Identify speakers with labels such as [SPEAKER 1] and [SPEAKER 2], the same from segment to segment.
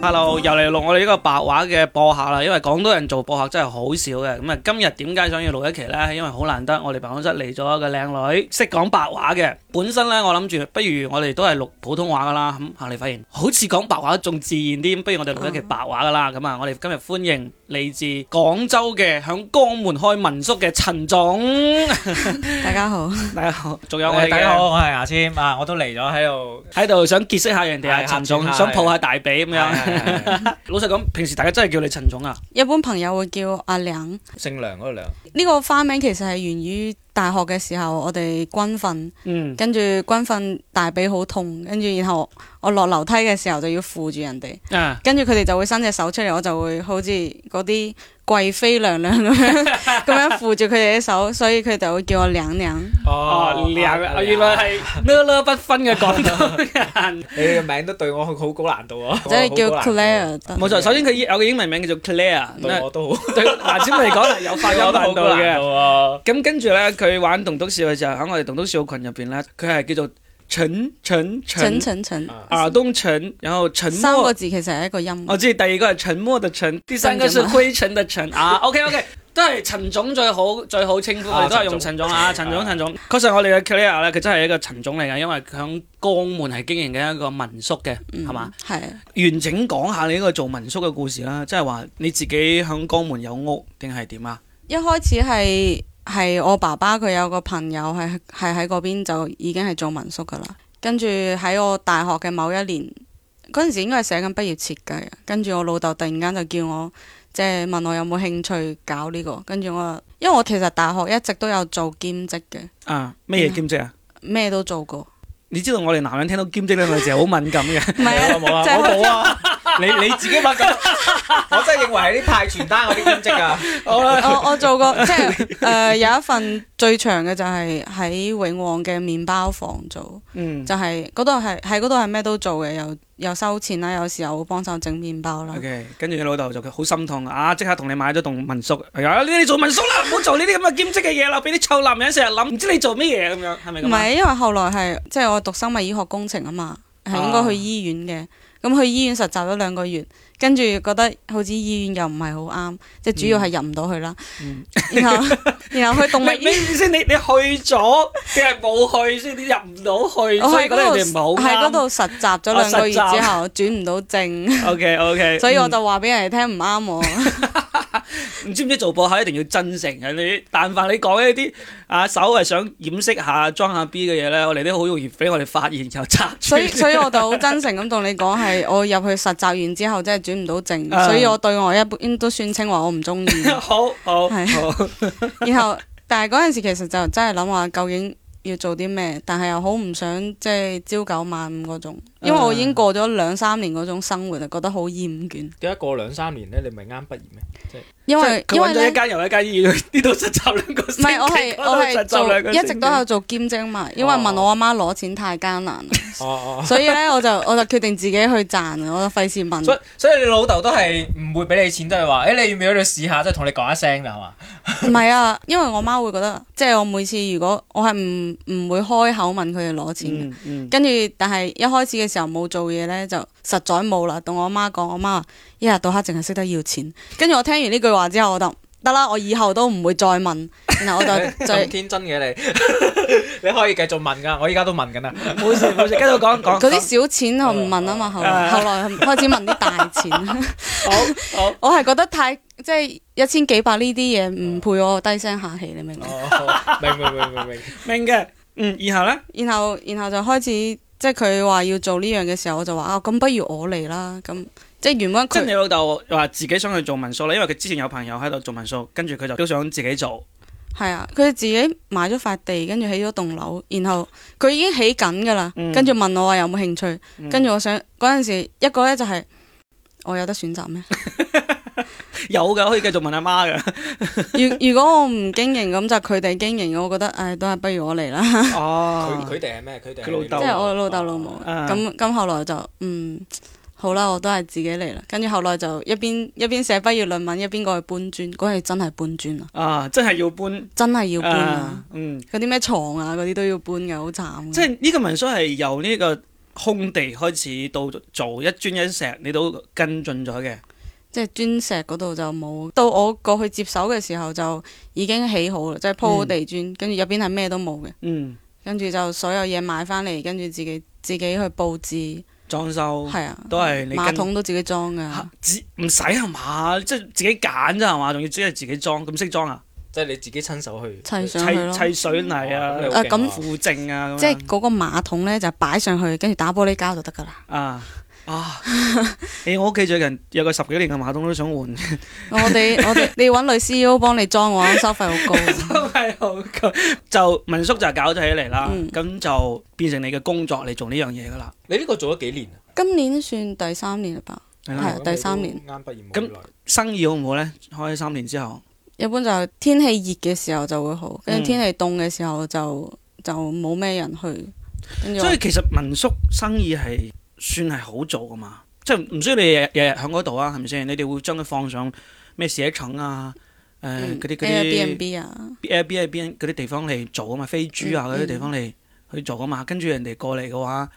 [SPEAKER 1] Hello，又嚟錄我哋呢個白話嘅播客啦，因為廣東人做播客真係好少嘅。咁啊，今日點解想要錄一期呢？係因為好難得，我哋辦公室嚟咗一個靚女，識講白話嘅。本身呢，我諗住不如我哋都係錄普通話噶啦。咁後嚟發現好似講白話仲自然啲，不如我哋錄一期白話噶啦。咁啊，我哋今日歡迎嚟自廣州嘅響江門開民宿嘅陳總，
[SPEAKER 2] 大家好，
[SPEAKER 1] 大家好。仲有我哋
[SPEAKER 3] 誒大家
[SPEAKER 1] 嘅
[SPEAKER 3] 好，我係牙籤啊，我都嚟咗喺度。
[SPEAKER 1] 喺度想結識下人哋啊，
[SPEAKER 3] 係
[SPEAKER 1] 陳總
[SPEAKER 3] 客串下
[SPEAKER 1] 想抱下大髀咁
[SPEAKER 3] 係
[SPEAKER 1] 樣。
[SPEAKER 3] 係係
[SPEAKER 1] 老實講，平時大家真係叫你陳總啊。
[SPEAKER 2] 一般朋友會叫阿娘。呢、
[SPEAKER 3] 姓梁嗰個梁，
[SPEAKER 2] 個花名其實係源於大學嘅時候，我哋軍訓，
[SPEAKER 1] 嗯。
[SPEAKER 2] 跟住軍訓大髀好痛，跟住然後我落樓梯嘅時候就要扶住人哋，
[SPEAKER 1] 啊，
[SPEAKER 2] 跟住佢哋就會伸隻手出嚟，我就會好似嗰啲貴妃娘娘咁樣 咁樣扶住佢哋嘅手，所以佢哋會叫我娘娘。
[SPEAKER 1] 哦，兩啊，原來係呢呢不分嘅廣 東人。
[SPEAKER 3] 你嘅名都對我好高難度啊！
[SPEAKER 2] 或者你叫
[SPEAKER 3] 我好高難
[SPEAKER 2] Claire 得
[SPEAKER 1] 冇錯，首先佢有個英文名叫做 Claire，啊
[SPEAKER 3] 度對我都好，
[SPEAKER 1] 對牙籤嚟講係有發音
[SPEAKER 3] 我都
[SPEAKER 1] 難
[SPEAKER 3] 好
[SPEAKER 1] 度
[SPEAKER 3] 高難
[SPEAKER 1] 嘅。
[SPEAKER 3] 度啊！
[SPEAKER 1] 咁跟住咧，佢玩棟篤笑嘅時候，喺我哋棟篤笑群入邊咧，佢係叫做蠢蠢
[SPEAKER 2] 蠢
[SPEAKER 1] 蠢
[SPEAKER 2] 蠢蠢，
[SPEAKER 1] 啊東蠢，然後沉
[SPEAKER 2] 三個
[SPEAKER 1] 默。
[SPEAKER 2] 字其實係一個音。
[SPEAKER 1] 我知第二哦個係沉默的沉，第三個是灰塵的塵啊。OK OK，都係陳總最好最好稱呼，我
[SPEAKER 3] 啊
[SPEAKER 1] 哋都係用陳
[SPEAKER 3] 陳
[SPEAKER 1] 總啊，陳
[SPEAKER 3] 陳
[SPEAKER 1] 總
[SPEAKER 3] 總
[SPEAKER 1] 陳總。確實我哋嘅 Claire 咧，佢真係一個陳總嚟嘅，因為佢響江門係經營緊一個民宿嘅，
[SPEAKER 2] 嗯
[SPEAKER 1] 係嘛？？
[SPEAKER 2] 係
[SPEAKER 1] 完整講下你呢個做民宿嘅故事啦，即係話你自己響江門有屋定係點啊？
[SPEAKER 2] 一開始係係我爸爸佢有個朋友係係喺嗰邊就已經係做民宿噶啦，跟住喺我大學嘅某一年嗰陣時應該係寫緊畢業設計啊，跟住我老豆突然間就叫我即係問我有冇興趣搞呢個，跟住我話因為我其實大學一直都有做兼職嘅，
[SPEAKER 1] 啊，咩嘢兼職啊？
[SPEAKER 2] 咩都做過，
[SPEAKER 1] 你知道我哋男人聽到兼職呢兩個字係好敏感 嘅，
[SPEAKER 2] 唔 係
[SPEAKER 3] 冇啊
[SPEAKER 2] 啊，
[SPEAKER 3] 冇
[SPEAKER 2] 即
[SPEAKER 3] 啊，
[SPEAKER 2] 係
[SPEAKER 3] 我冇啊！你你自己 問咁，我真係認為係啲派傳單嗰啲兼職啊！
[SPEAKER 1] 好啦，
[SPEAKER 2] 我我做過，即係誒、呃有一份最長嘅就係喺永旺嘅麵包房做，
[SPEAKER 1] 嗯
[SPEAKER 2] 就係嗰度係喺嗰度係咩都做嘅，又又收錢啦，有時候會幫手整麵包啦。
[SPEAKER 1] ，OK，跟住你老豆就好心痛啊，即刻同你買咗棟民宿，係啊，你哋做民宿啦，唔好做呢啲咁嘅兼職嘅嘢啦，俾啲臭男人成日諗，唔知你做乜嘢咁樣，係咪
[SPEAKER 2] 唔
[SPEAKER 1] 咁啊？
[SPEAKER 2] 係，因為後來係即係我讀生物醫學工程啊嘛，係應該去醫院嘅。咁、去醫院實習咗兩個月，跟住覺得好似醫院又唔係好啱，即係主要係入唔到去啦。
[SPEAKER 1] 嗯
[SPEAKER 2] 然後然後去動物
[SPEAKER 1] 你
[SPEAKER 2] 醫
[SPEAKER 1] 你先，你你去咗定係冇去先？你入唔到去，
[SPEAKER 2] 我
[SPEAKER 1] 所以覺
[SPEAKER 2] 喺
[SPEAKER 1] 得人哋
[SPEAKER 2] 嗰
[SPEAKER 1] 唔好
[SPEAKER 2] 度喺嗰度實習咗兩個月
[SPEAKER 1] 哦實習嗯
[SPEAKER 2] 之後，轉唔到證，
[SPEAKER 1] OK OK，
[SPEAKER 2] 所以我就話俾人哋聽唔啱我。
[SPEAKER 1] 嗯唔知唔知做播客一定要真誠嘅，你但凡你講一啲啊稍係想掩飾下、裝下 B 嘅嘢咧，我哋都好容易俾我哋發現就拆
[SPEAKER 2] 所
[SPEAKER 1] 穿。
[SPEAKER 2] 以所以我就好真誠咁同你講，係我入去實習完之後，真係轉唔到證，
[SPEAKER 1] 啊
[SPEAKER 2] 所以我對外一般都宣稱話我唔中意。
[SPEAKER 1] 好好
[SPEAKER 2] 係
[SPEAKER 1] 好，
[SPEAKER 2] 然後，但係嗰陣時其實就真係諗話究竟要做啲咩，但係又好唔想即係朝九晚五嗰種，因為我已經過咗兩三年嗰種生活，就覺得好厭倦。
[SPEAKER 3] 點解過兩三年咧，你咪啱畢業咩？
[SPEAKER 2] 因為
[SPEAKER 1] 即係佢
[SPEAKER 2] 因
[SPEAKER 1] 揾
[SPEAKER 2] 為
[SPEAKER 1] 咗
[SPEAKER 2] 咧
[SPEAKER 1] 一間又一間醫院， 呢度實習兩個
[SPEAKER 2] 唔
[SPEAKER 1] 星期，
[SPEAKER 2] 係我係
[SPEAKER 1] 嗰度
[SPEAKER 2] 我係
[SPEAKER 1] 實習兩個星
[SPEAKER 2] 做一
[SPEAKER 1] 期
[SPEAKER 2] 直都有做兼職嘛，因為問我阿媽攞錢太艱難啦，
[SPEAKER 3] 哦哦。
[SPEAKER 2] 所以咧我就我就決定自己去賺，啊我就費 事問。
[SPEAKER 3] 所以所以你老豆都係唔會俾你錢，都係話誒你要唔要去試下，即係同你講一聲㗎係嘛？
[SPEAKER 2] 唔係啊，因為我媽會覺得，即係我每次如果我係唔唔會開口問佢哋攞錢嘅，
[SPEAKER 1] 嗯嗯
[SPEAKER 2] 跟住但係一開始嘅時候冇做嘢呢，就實在冇啦。同我媽講，我媽話一日到黑淨係識得要錢。跟住我聽完呢句話之後，我就得啦，我以後都唔會再問。然後 我就就
[SPEAKER 3] 咁天真嘅 你，你可以繼續問㗎，我依家都問緊啦。
[SPEAKER 1] 冇事冇事，繼續講講。
[SPEAKER 2] 嗰啲小錢我唔問啊嘛，後來
[SPEAKER 1] 啊
[SPEAKER 2] 後來開始問啲大錢。
[SPEAKER 1] 好好。
[SPEAKER 2] 我係覺得太即係一千幾百呢啲嘢唔配我低聲下氣，你明唔明？
[SPEAKER 3] 哦，明明明明明。
[SPEAKER 1] 明嘅，嗯，然後咧，
[SPEAKER 2] 然後然後就開始，即係佢話要做呢樣嘅時候，我就話啊，咁不如我嚟啦。咁即係原本
[SPEAKER 1] 即係
[SPEAKER 2] 佢
[SPEAKER 1] 你老豆話自己想去做民宿啦，因為佢之前有朋友喺度做民宿，跟住佢就都想自己做，
[SPEAKER 2] 係啊，佢自己買咗塊地，跟住起咗棟樓，然後佢已經起緊㗎啦
[SPEAKER 1] 嗯。
[SPEAKER 2] 跟住問我話有冇興趣，
[SPEAKER 1] 嗯
[SPEAKER 2] 跟住我想嗰陣時一個咧就係、我有得選擇咩？
[SPEAKER 1] 有嘅可以繼續問阿媽 嘅。
[SPEAKER 2] 如如果我唔經營咁就佢哋經營，我覺得唉、都係不如我嚟啦。
[SPEAKER 1] 哦
[SPEAKER 3] 佢佢哋係咩？佢哋係
[SPEAKER 1] 佢老
[SPEAKER 3] 你
[SPEAKER 1] 豆
[SPEAKER 2] 即係我老豆老母。
[SPEAKER 1] 啊
[SPEAKER 2] 咁咁、後來就嗯好啦，我都係自己嚟啦。跟住後來就一邊一邊寫畢業論文，一邊過去搬磚。嗰係真係搬磚啊，
[SPEAKER 1] 啊，真係要搬。
[SPEAKER 2] 真係要搬啊！
[SPEAKER 1] 啊，嗯，
[SPEAKER 2] 嗰啲咩床啊，嗰啲都要搬嘅，好慘嘅。
[SPEAKER 1] 即係呢個民宿係由呢個空地開始到做一磚一石，你都跟進咗嘅。
[SPEAKER 2] 即係磚石嗰度就冇。到我過去接手嘅時候就已經起好啦，即係鋪好地磚，跟住入邊係咩都冇嘅，
[SPEAKER 1] 嗯，
[SPEAKER 2] 跟住就所有嘢買翻嚟，跟住自己自己去佈置，
[SPEAKER 1] 裝修
[SPEAKER 2] 係啊，
[SPEAKER 1] 都係你
[SPEAKER 2] 馬
[SPEAKER 1] 跟
[SPEAKER 2] 桶都自己裝
[SPEAKER 1] 嚇
[SPEAKER 2] 噶，
[SPEAKER 1] 自唔使係嘛，即係自己揀咋係嘛，仲要只係自己裝，咁識裝啊？
[SPEAKER 3] 即係你自己親手去
[SPEAKER 1] 砌
[SPEAKER 2] 砌上去咯。
[SPEAKER 1] 砌水泥啊
[SPEAKER 3] 哦，你
[SPEAKER 2] 好
[SPEAKER 3] 好
[SPEAKER 2] 啊咁
[SPEAKER 3] 勁喎
[SPEAKER 1] 扶正啊，咁
[SPEAKER 2] 即係
[SPEAKER 1] 樣
[SPEAKER 2] 嗰個馬桶呢，就擺上去，跟住打玻璃膠就得噶啦。
[SPEAKER 1] 啊 啊！誒，我屋企最近有個十幾年嘅馬桶都想 換，
[SPEAKER 2] 我哋我哋你揾女 CEO 幫你裝嘅話，收費好高。
[SPEAKER 1] 都係好貴就民宿就搞咗起嚟啦
[SPEAKER 2] 嗯，
[SPEAKER 1] 咁就變成你嘅工作嚟做呢樣嘢噶啦。
[SPEAKER 3] 你呢個做咗幾年啊？
[SPEAKER 2] 今年算第三年啦吧，
[SPEAKER 1] 係
[SPEAKER 2] 係啊
[SPEAKER 1] 啦，
[SPEAKER 2] 第三年
[SPEAKER 3] 啱畢業冇
[SPEAKER 1] 咁
[SPEAKER 3] 耐
[SPEAKER 1] 生意好唔好咧？開三年之後，
[SPEAKER 2] 一般就係天氣熱嘅時候就會好，跟住
[SPEAKER 1] 嗯
[SPEAKER 2] 天氣凍嘅時候就就冇咩人去。跟住我
[SPEAKER 1] 所以其實民宿生意係算係好做噶嘛，即係唔需要你日日日喺嗰度啊，係咪先？你哋會將佢放上咩寫層啊？誒
[SPEAKER 2] 嗯
[SPEAKER 1] 嗰啲嗰啲
[SPEAKER 2] Airbnb 啊，
[SPEAKER 1] Airbnb 嗰啲地方嚟做啊嘛，飛豬啊嗰啲地方
[SPEAKER 2] 嗯
[SPEAKER 1] 嚟去做啊嘛，跟住人哋過嚟嘅話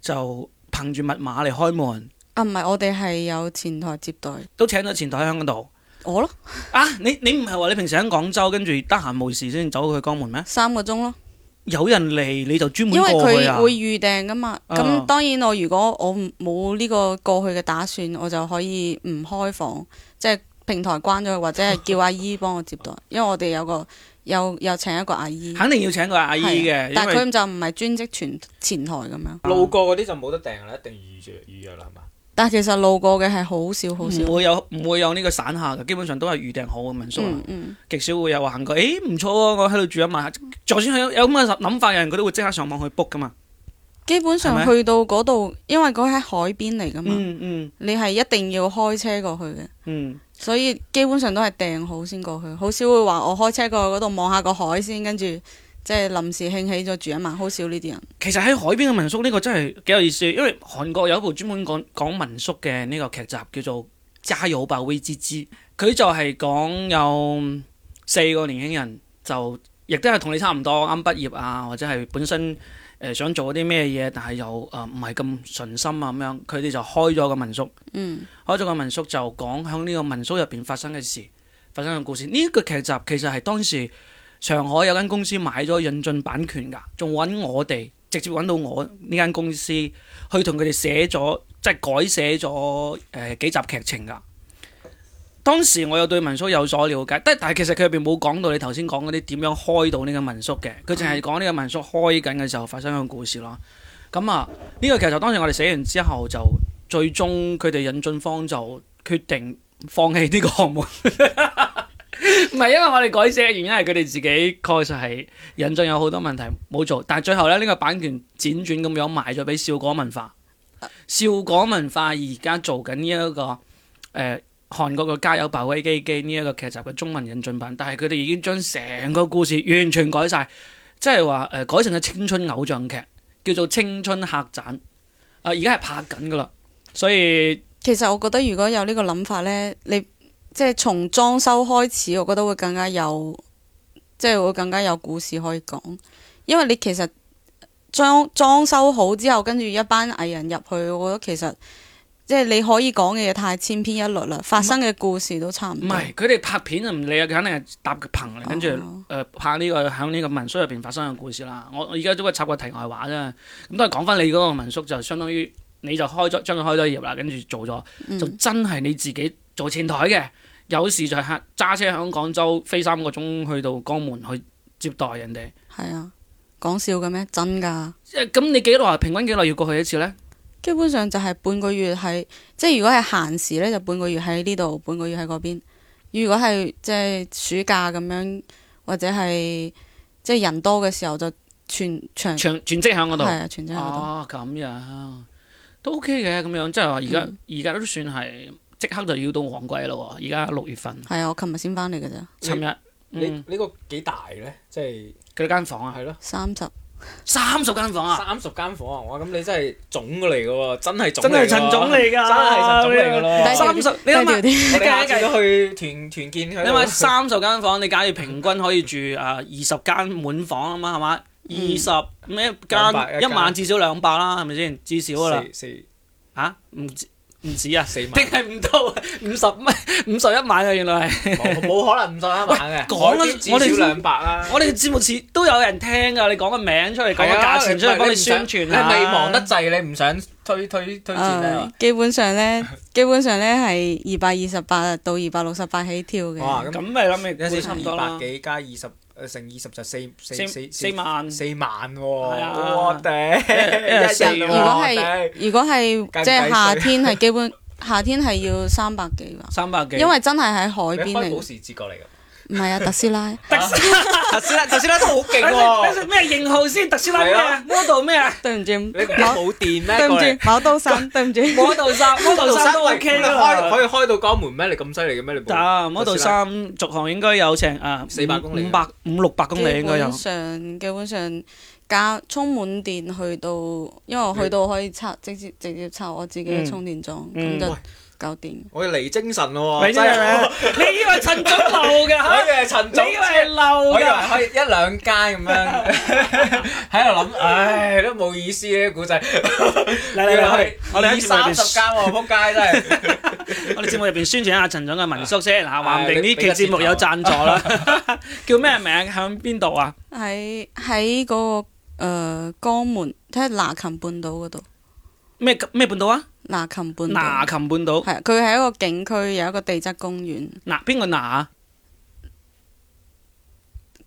[SPEAKER 1] 就憑住密碼嚟開門，
[SPEAKER 2] 啊唔係我哋係有前台接待
[SPEAKER 1] 都請咗前台喺香港度
[SPEAKER 2] 我咯，
[SPEAKER 1] 啊！你你唔係話你平時喺廣州，跟住得閒無事先走去江門咩？
[SPEAKER 2] 三個鐘咯，
[SPEAKER 1] 有人嚟你就專門
[SPEAKER 2] 因為
[SPEAKER 1] 過去啊
[SPEAKER 2] 佢！會預訂噶嘛。
[SPEAKER 1] 啊
[SPEAKER 2] 咁當然我如果我唔冇呢個過去嘅打算，我就可以唔開房，即係平台關咗佢，或者係叫阿姨幫我接 待，因為我哋有個有有請一個阿姨。
[SPEAKER 1] 肯定要請個阿姨嘅，
[SPEAKER 2] 係但
[SPEAKER 1] 因為
[SPEAKER 2] 係佢就唔係專職全前台咁樣。
[SPEAKER 3] 路過嗰啲就冇得訂啦，一定預約預約啦，係嘛？
[SPEAKER 2] 但係其實路過嘅係好少好少。
[SPEAKER 1] 唔會有唔會有呢個散客嘅，基本上都係預訂好嘅民宿啊，
[SPEAKER 2] 嗯嗯，
[SPEAKER 1] 極少會有話行過，誒唔錯喎，我喺度住一晚。就算佢有有咁嘅諗法嘅人，佢都會即刻上網去 book 噶嘛。
[SPEAKER 2] 基
[SPEAKER 1] 係
[SPEAKER 2] 本上
[SPEAKER 1] 咪
[SPEAKER 2] 去到嗰度，因為嗰喺海邊嚟噶嘛，
[SPEAKER 1] 嗯嗯
[SPEAKER 2] 你係一定要開車過去嘅，
[SPEAKER 1] 嗯。
[SPEAKER 2] 所以基本上都係訂好先過去，好少會話我開車過去嗰度望下個海先，跟住即係臨時興起咗住一晚，好少呢啲人。
[SPEAKER 1] 其實喺海邊嘅民宿呢個真係幾有意思，因為韓國有一部專門講講民宿嘅呢個劇集叫做《家有吧威之之》，佢就係講有四個年輕人就亦都係同你差唔多啱畢業啊，或者係本身誒、呃想做啲咩嘢，但係又誒唔係咁順心啊咁樣，佢哋就開咗個民宿，
[SPEAKER 2] 嗯，
[SPEAKER 1] 開咗個民宿就講喺呢個民宿入邊發生嘅事，發生嘅故事。呢、一個劇集其實係當時上海有間公司買咗引進版權㗎，仲揾我哋直接揾到我呢間公司去同佢哋寫咗，即係改寫咗誒、呃、幾集劇情㗎。當時我又對民宿有所了解，但但係其實佢入邊冇講到你頭先講嗰啲點樣開到呢個民宿嘅，佢淨係講呢個民宿開緊嘅時候發生嘅故事咯。咁啊，呢、個劇集當時我哋寫完之後就最終佢哋引進方就決定放棄呢個項目。唔係因為我哋改寫嘅原因係佢哋自己確實係引進有好多問題冇做，但係最後咧呢、個版權輾轉咁樣賣咗俾笑果文化。笑果文化而家做緊呢一個誒、呃、韓國嘅《加油爆威機機》呢一個劇集嘅中文引進版，但係佢哋已經將成個故事完全改晒，即係話誒改成咗青春偶像劇，叫做《青春客棧》。啊、而家係拍緊噶啦，所以
[SPEAKER 2] 其實我覺得如果有呢個諗法呢，你即係從裝修開始，我覺得會更加有，即係會更加有故事可以講。因為你其實裝裝修好之後，跟住一班藝人入去，我覺得其實即係你可以講嘅嘢太千篇一律啦，發生嘅故事都差唔
[SPEAKER 1] 唔
[SPEAKER 2] 多。
[SPEAKER 1] 係，佢哋拍片就唔理啊，佢肯定係搭個棚嚟，跟住
[SPEAKER 2] 哦
[SPEAKER 1] 誒拍呢、個喺呢個民宿入邊發生嘅故事啦。我我而家都係插個題外話啫，咁都係講翻你嗰個民宿就相當於你就開咗將佢開咗業啦，跟住做咗、
[SPEAKER 2] 嗯
[SPEAKER 1] 就真係你自己做前台嘅，有時就係客揸車喺廣州飛三個鐘去到江門去接待人哋。
[SPEAKER 2] 係啊，講笑嘅咩？真㗎。
[SPEAKER 1] 即係咁你幾耐平均幾耐要過去一次呢？
[SPEAKER 2] 基本上就係半個月喺，即係如果係閒時咧，就半個月喺呢度，半個月喺嗰邊。如果係即係暑假咁樣，或者係即係人多嘅時候，就全長係
[SPEAKER 1] 全全職喺嗰度。
[SPEAKER 2] 啊，全職喺嗰度。
[SPEAKER 1] 哦，咁樣都 OK 嘅，咁樣即係話而家
[SPEAKER 3] 嗯
[SPEAKER 1] 而家都算係即刻就要到旺季咯喎，而家六月份，
[SPEAKER 2] 係啊，我琴日先翻嚟嘅咋，
[SPEAKER 1] 尋日
[SPEAKER 3] 你
[SPEAKER 1] 嗯
[SPEAKER 3] 呢個幾大咧？即係
[SPEAKER 1] 佢間房啊，
[SPEAKER 3] 係咯，
[SPEAKER 2] 三十
[SPEAKER 1] 三十間房啊，
[SPEAKER 3] 三十間房啊！哇，咁你真係總嚟嘅喎，真係總
[SPEAKER 1] 真係陳總嚟㗎，
[SPEAKER 3] 真係陳總嚟㗎
[SPEAKER 2] 但係
[SPEAKER 1] 三
[SPEAKER 3] 咯。
[SPEAKER 1] 十，你諗下
[SPEAKER 2] 低調。啲。
[SPEAKER 3] 我哋下次都去團團建去。
[SPEAKER 1] 你諗下三十間房，你假如平均可以住啊二十間滿房啊嘛，係嘛？二十咩加
[SPEAKER 3] 嗯兩百一
[SPEAKER 1] 一
[SPEAKER 3] 間
[SPEAKER 1] 晚至少兩百啦，係咪先？至少噶啦，
[SPEAKER 3] 四四
[SPEAKER 1] 嚇唔止唔止啊，
[SPEAKER 3] 四萬
[SPEAKER 1] 定係唔到五十蚊五十一晚嘅原來係。
[SPEAKER 3] 冇冇可能唔上一晚嘅，
[SPEAKER 1] 講啦
[SPEAKER 3] 海邊
[SPEAKER 1] 我哋
[SPEAKER 3] 至少兩百啦。
[SPEAKER 1] 我哋嘅節目似都有人聽噶，你講個名出嚟，講個
[SPEAKER 3] 係啊
[SPEAKER 1] 價錢出嚟，
[SPEAKER 3] 唔
[SPEAKER 1] 幫你
[SPEAKER 3] 唔想
[SPEAKER 1] 宣傳
[SPEAKER 3] 你
[SPEAKER 1] 下。
[SPEAKER 3] 咪忙得滯，你唔想推推推薦啊
[SPEAKER 2] 誒？基本上呢，基本上呢係二百二十八到二百六十八起跳
[SPEAKER 3] 哇！
[SPEAKER 2] 嘅，
[SPEAKER 1] 咁
[SPEAKER 3] 咁
[SPEAKER 1] 咪諗
[SPEAKER 3] 有
[SPEAKER 1] 你
[SPEAKER 3] 時
[SPEAKER 1] 差唔多
[SPEAKER 3] 二
[SPEAKER 1] 啦
[SPEAKER 3] 百，幾加二十，誒乘二十就四四
[SPEAKER 1] 四
[SPEAKER 3] 四
[SPEAKER 1] 四萬
[SPEAKER 3] 四萬喎！
[SPEAKER 1] 係啊
[SPEAKER 3] 我頂
[SPEAKER 1] 一日四
[SPEAKER 3] 一日
[SPEAKER 2] 如
[SPEAKER 1] 哇
[SPEAKER 2] 果
[SPEAKER 3] 喎
[SPEAKER 2] 係
[SPEAKER 3] 頂
[SPEAKER 2] 如果係
[SPEAKER 3] 計唔計
[SPEAKER 2] 即係夏天係基本夏天係要三百幾吧，
[SPEAKER 1] 三百幾。
[SPEAKER 2] 因為真係喺海邊
[SPEAKER 3] 你
[SPEAKER 2] 嚟
[SPEAKER 3] 開保
[SPEAKER 2] 嘅，
[SPEAKER 3] 時捷過嚟㗎？
[SPEAKER 2] 唔係啊特斯拉，
[SPEAKER 3] 特斯拉特斯拉都好勁
[SPEAKER 1] 等陣等
[SPEAKER 3] 喎！
[SPEAKER 1] 陣咩型號先？特斯拉咩啊？model 咩啊
[SPEAKER 2] 對唔住
[SPEAKER 3] 你唔係
[SPEAKER 2] 某
[SPEAKER 3] 冇電
[SPEAKER 2] 對
[SPEAKER 3] 咩？
[SPEAKER 2] 唔
[SPEAKER 3] 過嚟
[SPEAKER 2] 住某刀 山，對唔住。
[SPEAKER 1] ？model 三 model 三都
[SPEAKER 3] 喂
[SPEAKER 1] OK
[SPEAKER 3] 開
[SPEAKER 1] 啦。
[SPEAKER 3] 可以開到江門咩？你咁犀利嘅咩？你部
[SPEAKER 1] 得 model
[SPEAKER 3] 特斯拉
[SPEAKER 1] 三續航應該有成啊
[SPEAKER 3] 400公里
[SPEAKER 1] 五百五六百公里應該有
[SPEAKER 2] 基本。上基本上加充滿電去到，因為我去到可以插直接直接插我自己嘅充電樁，咁、
[SPEAKER 1] 嗯
[SPEAKER 2] 就
[SPEAKER 3] 喂
[SPEAKER 2] 夠電。
[SPEAKER 3] 我哋離精神喎！
[SPEAKER 1] 你知係咪啊？你以為陳總流㗎
[SPEAKER 3] 我
[SPEAKER 1] 嚇
[SPEAKER 3] 以？為陳
[SPEAKER 1] 你
[SPEAKER 3] 總
[SPEAKER 1] 以為係漏
[SPEAKER 3] 我以為
[SPEAKER 1] 㗎？
[SPEAKER 3] 可以一兩間咁樣 喺度諗，唉，都冇意思呢啲古仔。
[SPEAKER 1] 嚟嚟嚟，我哋我哋
[SPEAKER 3] 二
[SPEAKER 1] 喺節目入
[SPEAKER 3] 三十
[SPEAKER 1] 邊
[SPEAKER 3] 間喎，撲街真係。
[SPEAKER 1] 我哋節目入邊宣傳一下陳總嘅民宿先嗱，話唔定呢
[SPEAKER 3] 你俾
[SPEAKER 1] 期
[SPEAKER 3] 個
[SPEAKER 1] 節目
[SPEAKER 3] 折頭
[SPEAKER 1] 有贊助 啦。叫咩名？響邊度啊？
[SPEAKER 2] 喺喺嗰個呃江門，睇下拿琴半島嗰度，
[SPEAKER 1] 咩咩半島啊？
[SPEAKER 2] 拿琴半
[SPEAKER 1] 拿
[SPEAKER 2] 島
[SPEAKER 1] 琴半島。
[SPEAKER 2] 係啊佢係一個景區，有一個地質公園，
[SPEAKER 1] 嗱，邊個拿啊？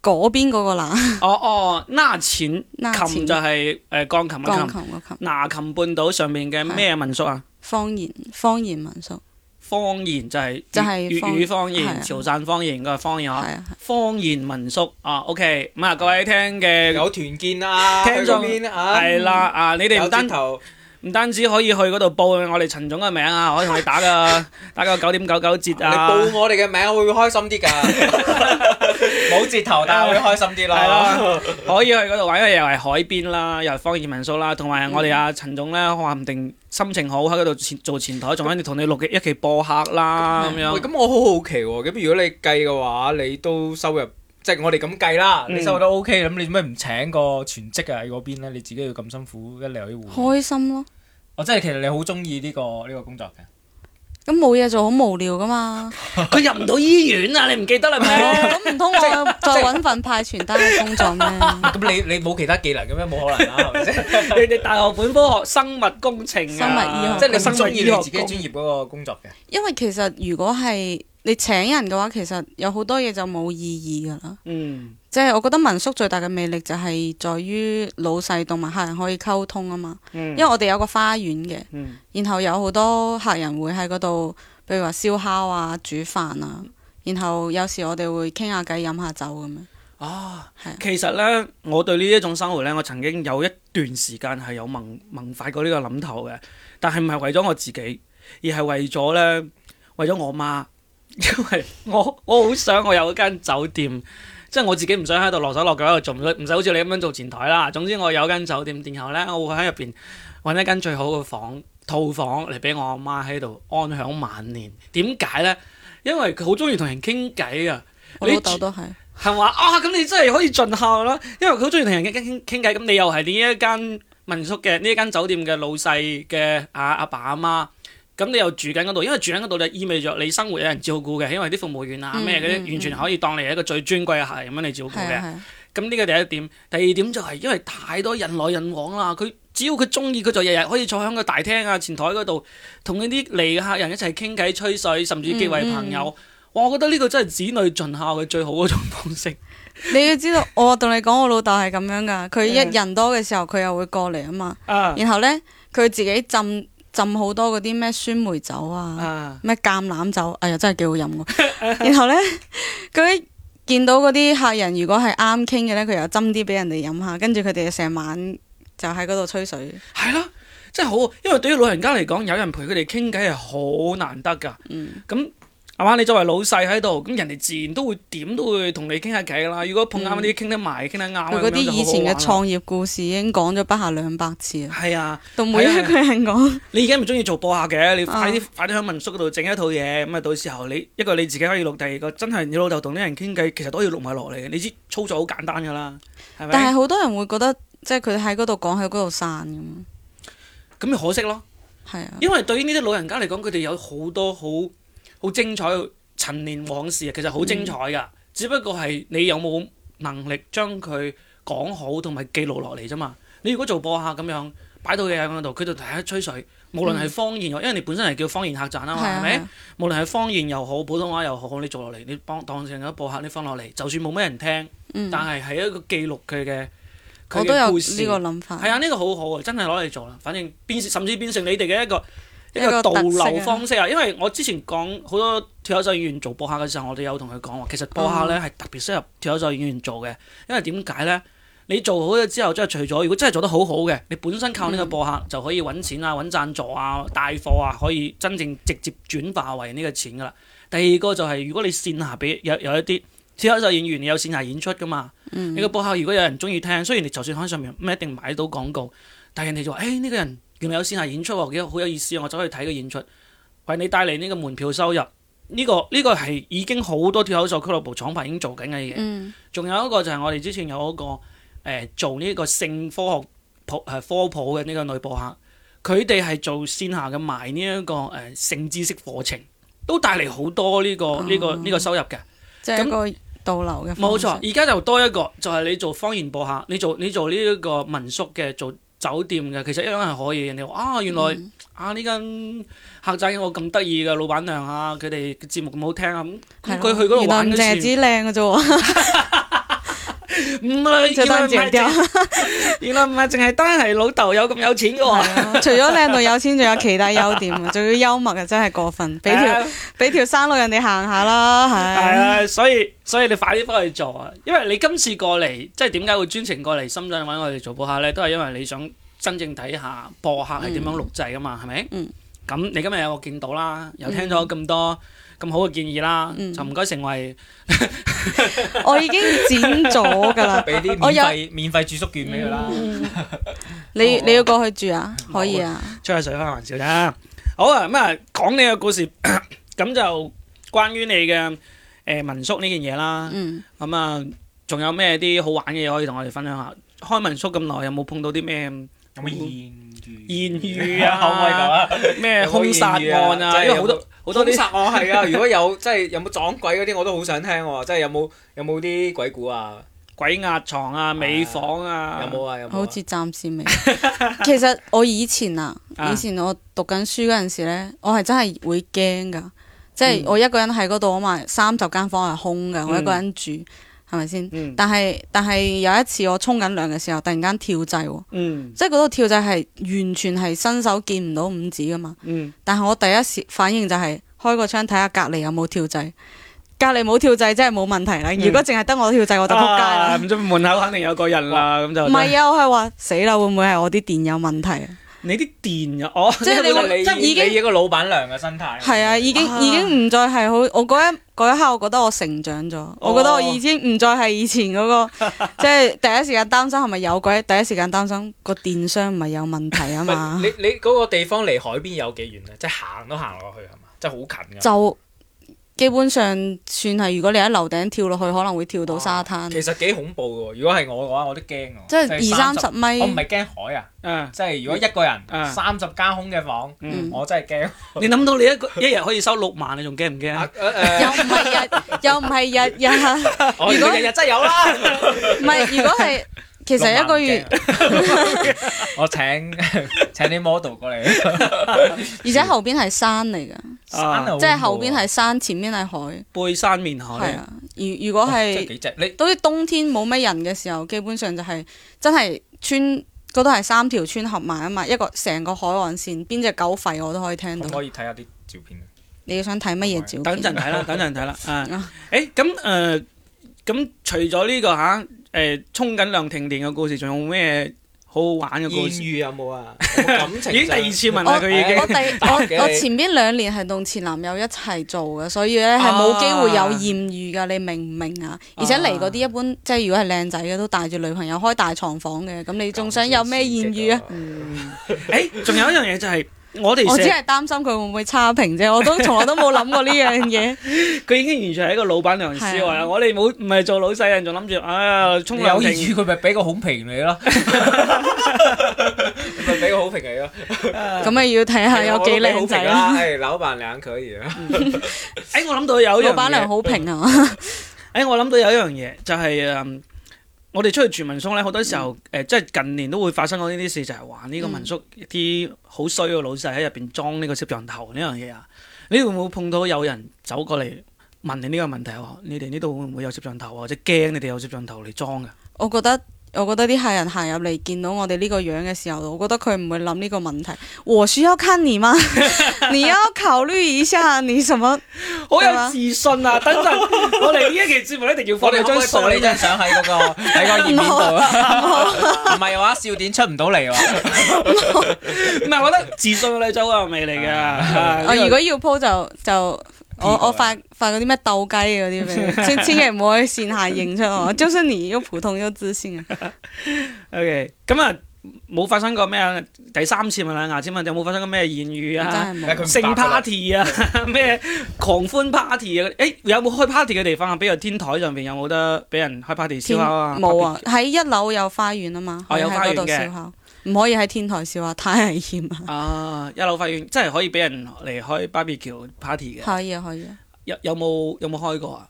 [SPEAKER 2] 嗰邊嗰個拿
[SPEAKER 1] 哦哦，拿錢
[SPEAKER 2] 拿
[SPEAKER 1] 琴
[SPEAKER 2] 錢
[SPEAKER 1] 就係誒鋼琴嘅
[SPEAKER 2] 鋼
[SPEAKER 1] 琴。
[SPEAKER 2] 琴嗰琴，
[SPEAKER 1] 拿琴半島上面嘅咩民宿啊？
[SPEAKER 2] 方言方言民宿，
[SPEAKER 1] 方言就係
[SPEAKER 2] 就
[SPEAKER 1] 粵
[SPEAKER 2] 係
[SPEAKER 1] 粵
[SPEAKER 2] 方
[SPEAKER 1] 語方
[SPEAKER 2] 係
[SPEAKER 1] 言、
[SPEAKER 2] 啊
[SPEAKER 1] 潮汕方言嘅方言
[SPEAKER 2] 係
[SPEAKER 1] 啊。
[SPEAKER 2] 啊係。
[SPEAKER 1] 方言民宿啊，OK，咁啊，各位聽嘅
[SPEAKER 3] 有團建啊，
[SPEAKER 1] 聽眾
[SPEAKER 3] 去嗰邊啊，
[SPEAKER 1] 係啦啊，你
[SPEAKER 3] 有
[SPEAKER 1] 哋唔單
[SPEAKER 3] 折頭
[SPEAKER 1] 唔單止可以去嗰度報我哋陳總嘅名 啊，可以同你打個打個九點九九折
[SPEAKER 3] 你
[SPEAKER 1] 啊，
[SPEAKER 3] 報我哋嘅名會開心啲 㗎，冇折頭但係會開心
[SPEAKER 1] 係
[SPEAKER 3] 啲咯
[SPEAKER 1] 啦。可以去嗰度玩，因為又係海邊啦，又係方言民宿啦，同埋
[SPEAKER 3] 嗯
[SPEAKER 1] 我哋阿陳總咧，話唔定心情好喺嗰度前做前台，仲跟住同你錄一期播客 啦咁
[SPEAKER 3] 喂，
[SPEAKER 1] 樣。
[SPEAKER 3] 咁我好好奇喎，咁如果你計嘅話，你都收入。即係我哋咁計啦，
[SPEAKER 1] 嗯
[SPEAKER 3] 你收入都 OK，咁你做咩唔請個全職啊喺嗰邊咧？你自己要咁辛苦一嚟去換，
[SPEAKER 2] 啊開心咯，
[SPEAKER 3] 我真係其實你好中意呢個呢個工作嘅。
[SPEAKER 2] 咁冇嘢做好無聊噶 嘛，
[SPEAKER 1] 佢入唔到醫院啊！你唔記得啦咩？
[SPEAKER 2] 咁唔通我再揾份派傳單嘅工作咩？
[SPEAKER 3] 咁你你冇其他技能嘅咩？冇可能 啦，係咪先？
[SPEAKER 1] 你哋大學本科學生物工程
[SPEAKER 2] 生物醫
[SPEAKER 1] 啊
[SPEAKER 2] 學，
[SPEAKER 3] 即係你唔
[SPEAKER 1] 生物
[SPEAKER 3] 中
[SPEAKER 1] 醫
[SPEAKER 3] 意你自己
[SPEAKER 1] 學
[SPEAKER 3] 專
[SPEAKER 1] 工
[SPEAKER 3] 業嗰個工作嘅。
[SPEAKER 2] 因為其實如果係你請人嘅話，其實有好多嘢就冇意義㗎啦。
[SPEAKER 1] 嗯
[SPEAKER 2] 即係我覺得民宿最大嘅魅力就係在於老細同埋客人可以溝通啊嘛。
[SPEAKER 1] 嗯
[SPEAKER 2] 因為我哋有個花園嘅，
[SPEAKER 1] 嗯
[SPEAKER 2] 然後有好多客人會喺嗰度，譬如話燒烤啊、煮飯啊，然後有時我哋會傾下偈、飲下酒咁樣。
[SPEAKER 1] 啊
[SPEAKER 2] 係啊，
[SPEAKER 1] 其實咧，我對呢一種生活咧，我曾經有一段時間係有萌萌發過呢個諗頭嘅，但係唔係為咗我自己，而係為咗咧，為咗我媽， 因為我我好想我有一間酒店。即係我自己唔想喺度落手落腳喺度做，唔使唔使好似你咁樣做前台啦。總之我有間酒店，然後咧我會喺入邊揾一間最好嘅房套房嚟俾我阿媽喺度安享晚年。點解咧？因為佢好中意同人傾偈啊！
[SPEAKER 2] 我
[SPEAKER 1] 你
[SPEAKER 2] 老豆都係，
[SPEAKER 1] 係嘛啊？咁你真係可以盡孝啦，因為佢好中意同人傾傾傾偈。咁你又係呢一間民宿嘅呢一間酒店嘅老細嘅啊阿爸阿媽，咁你又住緊嗰度，因為住緊嗰度就意味着你生活有人照顧嘅，因為啲服務員啊
[SPEAKER 2] 嗯
[SPEAKER 1] 咩嗰
[SPEAKER 2] 嗯
[SPEAKER 1] 啲完全可以當你係一個最尊貴嘅客人咁樣嚟照顧
[SPEAKER 2] 係
[SPEAKER 1] 嘅。
[SPEAKER 2] 啊
[SPEAKER 1] 咁呢個第一點，第二點就係因為太多人來人往啦，佢只要佢中意，佢就日日可以坐喺個大廳啊前台嗰度，同嗰啲嚟嘅客人一齊傾偈吹水，甚至結為
[SPEAKER 2] 嗯
[SPEAKER 1] 朋友。哇！我覺得呢個真係子女盡孝嘅最好嗰種方式。
[SPEAKER 2] 係啊，你要知道，我同你講，我老豆係咁樣㗎。佢
[SPEAKER 1] 嗯
[SPEAKER 2] 一人多嘅時候，佢又會過嚟啊嘛。
[SPEAKER 1] 啊
[SPEAKER 2] 然後呢，佢自己浸浸好多嗰啲咩酸梅酒啊，
[SPEAKER 1] 啊
[SPEAKER 2] 咩橄欖酒，哎呀真係幾好飲喎。 然後呢，佢一見到嗰啲客人如果係啱傾嘅呢，佢又斟啲俾人哋飲下，跟住佢哋就成晚就喺嗰度吹水。
[SPEAKER 1] 係咯，真係好，因為對於老人家嚟講，有人陪佢哋傾偈係好難得㗎。
[SPEAKER 2] 嗯，
[SPEAKER 1] 咁係嘛？你作為老細喺度，咁人哋自然都會點都會同你傾下偈㗎啦。如果碰啱啲傾得埋、傾得啱嘅
[SPEAKER 2] 嗯佢
[SPEAKER 1] 咁樣
[SPEAKER 2] 嗰啲
[SPEAKER 1] 就好
[SPEAKER 2] 以前嘅
[SPEAKER 1] 好玩啦
[SPEAKER 2] 創業故事已經講咗不下兩百次啦，
[SPEAKER 1] 係啊，
[SPEAKER 2] 到每一個人講，
[SPEAKER 1] 你而家唔中意做播客嘅，你
[SPEAKER 2] 啊
[SPEAKER 1] 快啲、快啲喺民宿嗰度整一套嘢，咁啊到時候你一個你自己可以錄，第二個真係你老豆同啲人傾偈，其實都可以錄埋落嚟嘅。你知操作好簡單㗎啦，係
[SPEAKER 2] 但係
[SPEAKER 1] 咪？
[SPEAKER 2] 好多人會覺得即係佢喺嗰度講喺嗰度散咁，
[SPEAKER 1] 咁咪可惜咯。
[SPEAKER 2] 係啊，
[SPEAKER 1] 因為對於呢啲老人家嚟講，佢哋有好多好好精彩嘅陳年往事啊，其實好精彩
[SPEAKER 2] 嗯
[SPEAKER 1] 㗎。只不過係你有冇能力將佢講好同埋記錄落嚟啫嘛。你如果做播客咁樣擺到嘢喺嗰度，佢就大家吹水。無論係方言又，因為你本身係叫方言客棧啊嘛，
[SPEAKER 2] 嗯係
[SPEAKER 1] 係
[SPEAKER 2] 啊，
[SPEAKER 1] 咪、
[SPEAKER 2] 係啊
[SPEAKER 1] 無論係方言又好，普通話又好，你做落嚟，你幫當成一個播客，你放落嚟，就算冇咩人聽，
[SPEAKER 2] 嗯，
[SPEAKER 1] 但係係一個記錄佢嘅佢
[SPEAKER 2] 我都有
[SPEAKER 1] 嘅
[SPEAKER 2] 呢
[SPEAKER 1] 故事。
[SPEAKER 2] 個諗法，
[SPEAKER 1] 係啊，呢、個好好啊，真係攞嚟做啦。反正變甚至變成你哋嘅一個一
[SPEAKER 2] 一個
[SPEAKER 1] 個導
[SPEAKER 2] 特色啊
[SPEAKER 1] 流方式啊。因為我之前講好多脱口秀演員做播客嘅時候，我哋有同佢講話，其實播客咧
[SPEAKER 2] 嗯
[SPEAKER 1] 係特別適合脱口秀演員做嘅，因為點解咧？你做好咗之後，即係除咗如果真係做得好好嘅，你本身靠呢個播
[SPEAKER 2] 嗯
[SPEAKER 1] 客就可以揾錢啊、揾贊助啊、帶貨啊，可以真正直接轉化為呢個錢噶啦。第二個就係、如果你線下俾有有一啲脱口秀演員，你有線下演出噶嘛，
[SPEAKER 2] 嗯
[SPEAKER 1] 你個播客如果有人中意聽，雖然你就算喺上面唔一定買到廣告，但係人哋就話：，誒、哎呢、個人原來有線下演出喎，幾好有意思啊！我走去睇個演出，為你帶嚟呢個門票收入。呢、個呢、個係已經好多脱口秀俱樂部廠牌已經做緊嘅嘢。
[SPEAKER 2] 嗯，
[SPEAKER 1] 仲有一個就係我哋之前有嗰、個、呃、做呢個性科學普誒、呃科普嘅呢個女播客，佢哋係做線下嘅賣呢一個誒、呃性知識課程，都帶嚟好多呢、個呢、個呢、個收入嘅。
[SPEAKER 2] 即係
[SPEAKER 1] 咁
[SPEAKER 2] 一個導流嘅方式
[SPEAKER 1] 冇錯，，而家就多一個，就係、你做方言播客，你做你做呢一個民宿嘅，做酒店嘅，其實一樣係可以。人哋話啊，原來、
[SPEAKER 2] 嗯
[SPEAKER 1] 啊呢間客棧有個咁得意嘅老闆娘啊，佢哋嘅節目咁好聽啊，咁咁
[SPEAKER 2] 係咯
[SPEAKER 1] 佢去嗰度玩嘅
[SPEAKER 2] 原來唔淨係
[SPEAKER 1] 時
[SPEAKER 2] 指靚嘅啫 喎，
[SPEAKER 1] 唔 係
[SPEAKER 2] 就
[SPEAKER 1] 嗯原來
[SPEAKER 2] 當
[SPEAKER 1] 唔係
[SPEAKER 2] 剪掉
[SPEAKER 1] 淨， 原來唔係淨係單係老豆有咁有錢嘅喎。
[SPEAKER 2] 係啊除咗靚到有錢，仲有其他優點啊，仲要幽默啊，真係過分，俾條
[SPEAKER 1] 係啊
[SPEAKER 2] 俾條山路人哋行下啦，
[SPEAKER 1] 係
[SPEAKER 2] 係。
[SPEAKER 1] 啊，所以所以你快啲翻去做啊！因為你今次過嚟，即係點解會專程過嚟深圳揾我哋做播客呢？都係因為你想真正睇下播客係點樣錄製噶嘛，係咪？
[SPEAKER 2] 嗯。
[SPEAKER 1] 咁你今日有我見到啦，又聽咗咁多咁好嘅建議啦，
[SPEAKER 2] 嗯
[SPEAKER 1] 就唔該成為
[SPEAKER 2] 我已經剪咗 㗎啦，
[SPEAKER 3] 俾啲免
[SPEAKER 2] 我有
[SPEAKER 3] 費免費住宿券俾佢啦。
[SPEAKER 2] 你
[SPEAKER 3] 哦
[SPEAKER 2] 你要過去住啊？可以啊，
[SPEAKER 1] 吹下水開下玩笑咋。好啊，咁啊講你嘅故事， 咁就關於你嘅誒、呃民宿呢件嘢啦。
[SPEAKER 2] 嗯，
[SPEAKER 1] 咁啊，仲有咩啲好玩嘅嘢可以同我哋分享下？開民宿咁耐，有冇碰到啲咩
[SPEAKER 3] 有冇諺
[SPEAKER 1] 諺
[SPEAKER 3] 語？
[SPEAKER 1] 語啊？
[SPEAKER 3] 可唔可以咁啊？
[SPEAKER 1] 咩兇殺案啊？因為好多好多
[SPEAKER 3] 啲
[SPEAKER 1] 啲
[SPEAKER 3] 殺案係啊！如果有即係有冇撞鬼嗰啲，我都好想聽喎。即係有冇有冇啲鬼故啊？
[SPEAKER 1] 鬼壓床啊、美房啊，
[SPEAKER 3] 有冇啊？有冇啊？
[SPEAKER 2] 好似暫時 未。其實我以前啊，
[SPEAKER 1] 啊
[SPEAKER 2] 以前我讀緊書嗰陣時咧，我係真係會驚㗎，即
[SPEAKER 1] 嗯
[SPEAKER 2] 係我一個人喺嗰度啊嘛，三十間房係空㗎，我一個人住，係咪先？
[SPEAKER 1] 嗯
[SPEAKER 2] 但係但係有一次我沖緊涼嘅時候，突然間跳掣喎，
[SPEAKER 1] 嗯
[SPEAKER 2] 即係嗰度跳掣係完全係伸手見唔到五指㗎嘛。
[SPEAKER 1] 嗯
[SPEAKER 2] 但係我第一時反應就係開個窗睇下隔離有冇跳掣，隔離冇跳掣真係冇問題啦。如果淨係得我跳掣，我就撲街
[SPEAKER 1] 嗯啊
[SPEAKER 2] 啦。
[SPEAKER 1] 唔知門口肯定有個人啦，咁就
[SPEAKER 2] 唔係啊，我係話死啦，會唔會係我啲電有問題啊？
[SPEAKER 1] 你啲電啊，哦，
[SPEAKER 2] 即 係你
[SPEAKER 3] 你
[SPEAKER 2] 會
[SPEAKER 3] 你
[SPEAKER 2] 即係已經
[SPEAKER 3] 你一個老闆娘嘅心態。
[SPEAKER 2] 係啊，已經
[SPEAKER 1] 啊
[SPEAKER 2] 已經唔再係好。我嗰一嗰一刻，我覺得我成長咗，
[SPEAKER 3] 哦
[SPEAKER 2] 我覺得我已經唔再係以前嗰 個，即係第一時間擔心係咪有鬼，第一時間擔心個電箱唔係有問題啊
[SPEAKER 3] 唔係
[SPEAKER 2] 嘛
[SPEAKER 3] 你。你嗰個地方離海邊有幾遠啊？即係行都行落去係嘛？即係好近㗎。
[SPEAKER 2] 就基本上算係，如果你喺樓頂跳落去，可能會跳到沙灘，
[SPEAKER 3] 哦其實幾恐怖㗎喎！如果係我嘅話，我都驚喎。
[SPEAKER 2] 即係二三十米。
[SPEAKER 3] 我唔係驚海啊，
[SPEAKER 1] 啊，
[SPEAKER 3] 即係如果一個
[SPEAKER 1] 嗯
[SPEAKER 3] 人三十間空嘅房，
[SPEAKER 1] 嗯
[SPEAKER 3] 我真係驚。
[SPEAKER 1] 你諗到你一個一日可以收六萬，你仲驚唔驚啊？
[SPEAKER 2] 又唔係 日，又唔係日日，
[SPEAKER 3] 我
[SPEAKER 2] 如果
[SPEAKER 3] 日日真係有啦。
[SPEAKER 2] 唔係如果係其實一個月，
[SPEAKER 3] 我請 請啲 model 過嚟，啊
[SPEAKER 2] 而且後邊係山嚟㗎，
[SPEAKER 3] 山
[SPEAKER 1] 啊
[SPEAKER 3] 路
[SPEAKER 2] 即係後邊係山，前面係海，
[SPEAKER 1] 背山面
[SPEAKER 2] 係
[SPEAKER 1] 海，
[SPEAKER 2] 啊。如如果
[SPEAKER 3] 即係
[SPEAKER 2] 係
[SPEAKER 3] 幾隻你
[SPEAKER 2] 到啲冬天冇咩人嘅時候，基本上就係真係村嗰度係三條村合埋啊嘛，一個成個海岸線，邊只狗吠我都可以聽
[SPEAKER 3] 可唔可
[SPEAKER 2] 到。
[SPEAKER 3] 以睇下啲照片？
[SPEAKER 2] 你想睇乜嘢照
[SPEAKER 1] 等陣
[SPEAKER 2] 片？
[SPEAKER 1] 睇啦，等陣睇啦，啊
[SPEAKER 2] 啊，
[SPEAKER 1] 誒咁誒咁除咗呢個吓誒沖緊涼停電嘅故事，仲有冇咩好好玩嘅故
[SPEAKER 3] 豔
[SPEAKER 1] 事。
[SPEAKER 3] 遇有冇啊？有冇感情
[SPEAKER 1] 已經第二次問啦，
[SPEAKER 2] 我
[SPEAKER 1] 啊佢已經
[SPEAKER 2] 我第我
[SPEAKER 3] 打機
[SPEAKER 2] 我前邊兩年係同前男友一齊做嘅，所以咧係冇機會有豔遇㗎，你明唔明啊？而且嚟嗰啲一般即係如果係靚仔嘅都帶住女朋友開大床房嘅，咁你仲想有咩豔 遇啊？？
[SPEAKER 1] 誒，仲有一樣嘢就係我哋
[SPEAKER 2] 我只
[SPEAKER 1] 成
[SPEAKER 2] 係擔心佢會唔會差評啫，我都從來都冇諗過呢樣嘢。
[SPEAKER 1] 佢已經完全係一個老闆娘思維
[SPEAKER 2] 係
[SPEAKER 1] 啦。
[SPEAKER 2] 啊
[SPEAKER 1] 我哋冇唔係做老細人，仲諗住啊沖
[SPEAKER 3] 你有
[SPEAKER 1] 涼
[SPEAKER 3] 意
[SPEAKER 1] 停
[SPEAKER 3] 遇佢咪俾個好評你咯， 咪俾個好評你咯。
[SPEAKER 1] 哎
[SPEAKER 2] 咁咪要睇
[SPEAKER 3] 啊
[SPEAKER 2] 下有幾靚仔啦。
[SPEAKER 3] 誒，老闆娘可以啊。
[SPEAKER 1] 誒，哎我諗到有一
[SPEAKER 2] 老
[SPEAKER 1] 樣
[SPEAKER 2] 闆
[SPEAKER 1] 嘢
[SPEAKER 2] 娘。好評啊！
[SPEAKER 1] 誒、我諗到有一樣嘢，就係、嗯我哋出去住民宿咧，好多時候誒、即係近年都會發生過呢啲事，就係、話呢個民宿
[SPEAKER 2] 嗯
[SPEAKER 1] 啲好衰嘅老細喺入邊裝呢個攝像頭呢樣嘢啊！你會唔會碰到有人走過嚟問你呢個問題喎？你哋呢度會唔會有攝像頭啊？或者驚你哋有攝像頭嚟裝㗎？啊
[SPEAKER 2] 我覺得我覺得啲客人行入嚟見到我哋呢個樣嘅時候，我覺得佢唔會諗呢個問題。我需要看你嗎？ 你要考慮一下你什麼？
[SPEAKER 1] 好
[SPEAKER 2] 係
[SPEAKER 1] 有
[SPEAKER 2] 嘛
[SPEAKER 1] 自信啊！等陣我哋呢一期節目一定要
[SPEAKER 3] 我
[SPEAKER 1] 放
[SPEAKER 3] 哋
[SPEAKER 1] 你
[SPEAKER 3] 可唔
[SPEAKER 1] 張
[SPEAKER 3] 可以
[SPEAKER 1] 相啊
[SPEAKER 3] 放你張相喺嗰個喺個頁面度啊？唔係嘅話，笑點出唔到嚟喎。
[SPEAKER 1] 唔係，我覺得自信嘅女仔好有魅力㗎。啊
[SPEAKER 2] 我
[SPEAKER 1] 呢個
[SPEAKER 2] 哦如果要鋪就就。我
[SPEAKER 3] 呢個啊
[SPEAKER 2] 我發發嗰啲咩鬥雞嗰啲 俾你，千千祈唔好喺線下認出我，就是你又普通又自信啊！
[SPEAKER 1] OK，咁啊冇發生過咩啊？第三次問啦，牙籤問有冇發生過咩豔遇
[SPEAKER 2] 真
[SPEAKER 1] 啊？
[SPEAKER 2] 係
[SPEAKER 3] 但係
[SPEAKER 2] 冇
[SPEAKER 3] 佢
[SPEAKER 1] 性 party 啊， 咩狂歡 party 啊？誒有冇開 party 嘅地方啊？比如天台上邊有冇得俾人開 party 燒
[SPEAKER 2] 天
[SPEAKER 1] 烤啊？
[SPEAKER 2] 冇啊！喺一樓有花園啊嘛，
[SPEAKER 1] 哦
[SPEAKER 2] 可以
[SPEAKER 1] 有花
[SPEAKER 2] 喺嗰度
[SPEAKER 1] 園嘅
[SPEAKER 2] 燒烤，唔可以喺天台燒烤，太危險啦！
[SPEAKER 1] 啊！一樓發現真係可以俾人嚟開 barbecue party 嘅，
[SPEAKER 2] 可以啊，可以啊。
[SPEAKER 1] 有有冇有冇開過啊？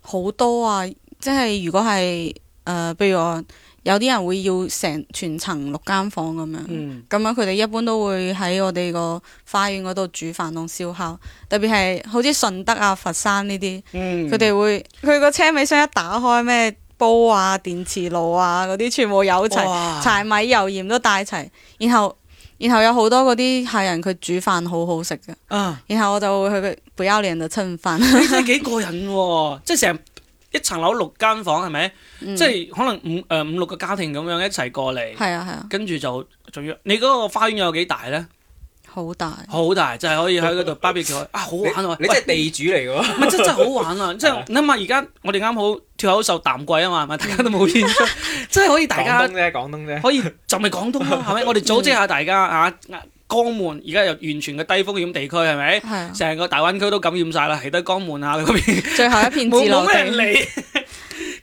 [SPEAKER 2] 好多啊！即係如果係誒，呃譬、如我有啲人會要成全層六間房咁樣，咁、
[SPEAKER 1] 嗯，
[SPEAKER 2] 樣佢哋一般都會喺我哋個花園嗰度煮飯同燒烤，特別係好似順德啊、佛山呢啲，
[SPEAKER 1] 嗯
[SPEAKER 2] 佢哋、會佢個車尾箱一打開咩煲啊、電磁爐啊嗰啲全部有齊，
[SPEAKER 1] 哇
[SPEAKER 2] 柴米油鹽都帶齊，然後然後有好多嗰啲客人佢煮飯好好食嘅，
[SPEAKER 1] 啊，
[SPEAKER 2] 然後我就會去佢不要臉就蹭飯，
[SPEAKER 1] 真係幾過癮喎！即係成一層樓六間房係咪？
[SPEAKER 2] 嗯
[SPEAKER 1] 即係可能五誒五六個家庭咁樣一齊過嚟。
[SPEAKER 2] 係啊係啊，
[SPEAKER 1] 跟住就仲要，你嗰個花園有幾大咧？
[SPEAKER 2] 好大。
[SPEAKER 1] 好大，就係、可以喺嗰度 barbecue 啊，好玩喎！
[SPEAKER 3] 你
[SPEAKER 1] 喂
[SPEAKER 3] 真係地主嚟嘅喎。
[SPEAKER 1] 唔係真真係好玩 啊！即係你諗下，而家我哋啱好脱口秀淡季啊嘛，係咪？大家都冇演 出，真係可以大
[SPEAKER 3] 廣東
[SPEAKER 1] 家
[SPEAKER 3] 啊啫，廣東啫。
[SPEAKER 1] 可以就咪廣東 咯，係咪？我哋組織下大家啊，江門而家又完全嘅低風險地區係咪？
[SPEAKER 2] 係啊，
[SPEAKER 1] 成個大灣區都感染晒啦，係得江門啊嗰邊
[SPEAKER 2] 最後一片自
[SPEAKER 1] 冇
[SPEAKER 2] 留
[SPEAKER 1] 冇咩人
[SPEAKER 2] 地，
[SPEAKER 1] 理。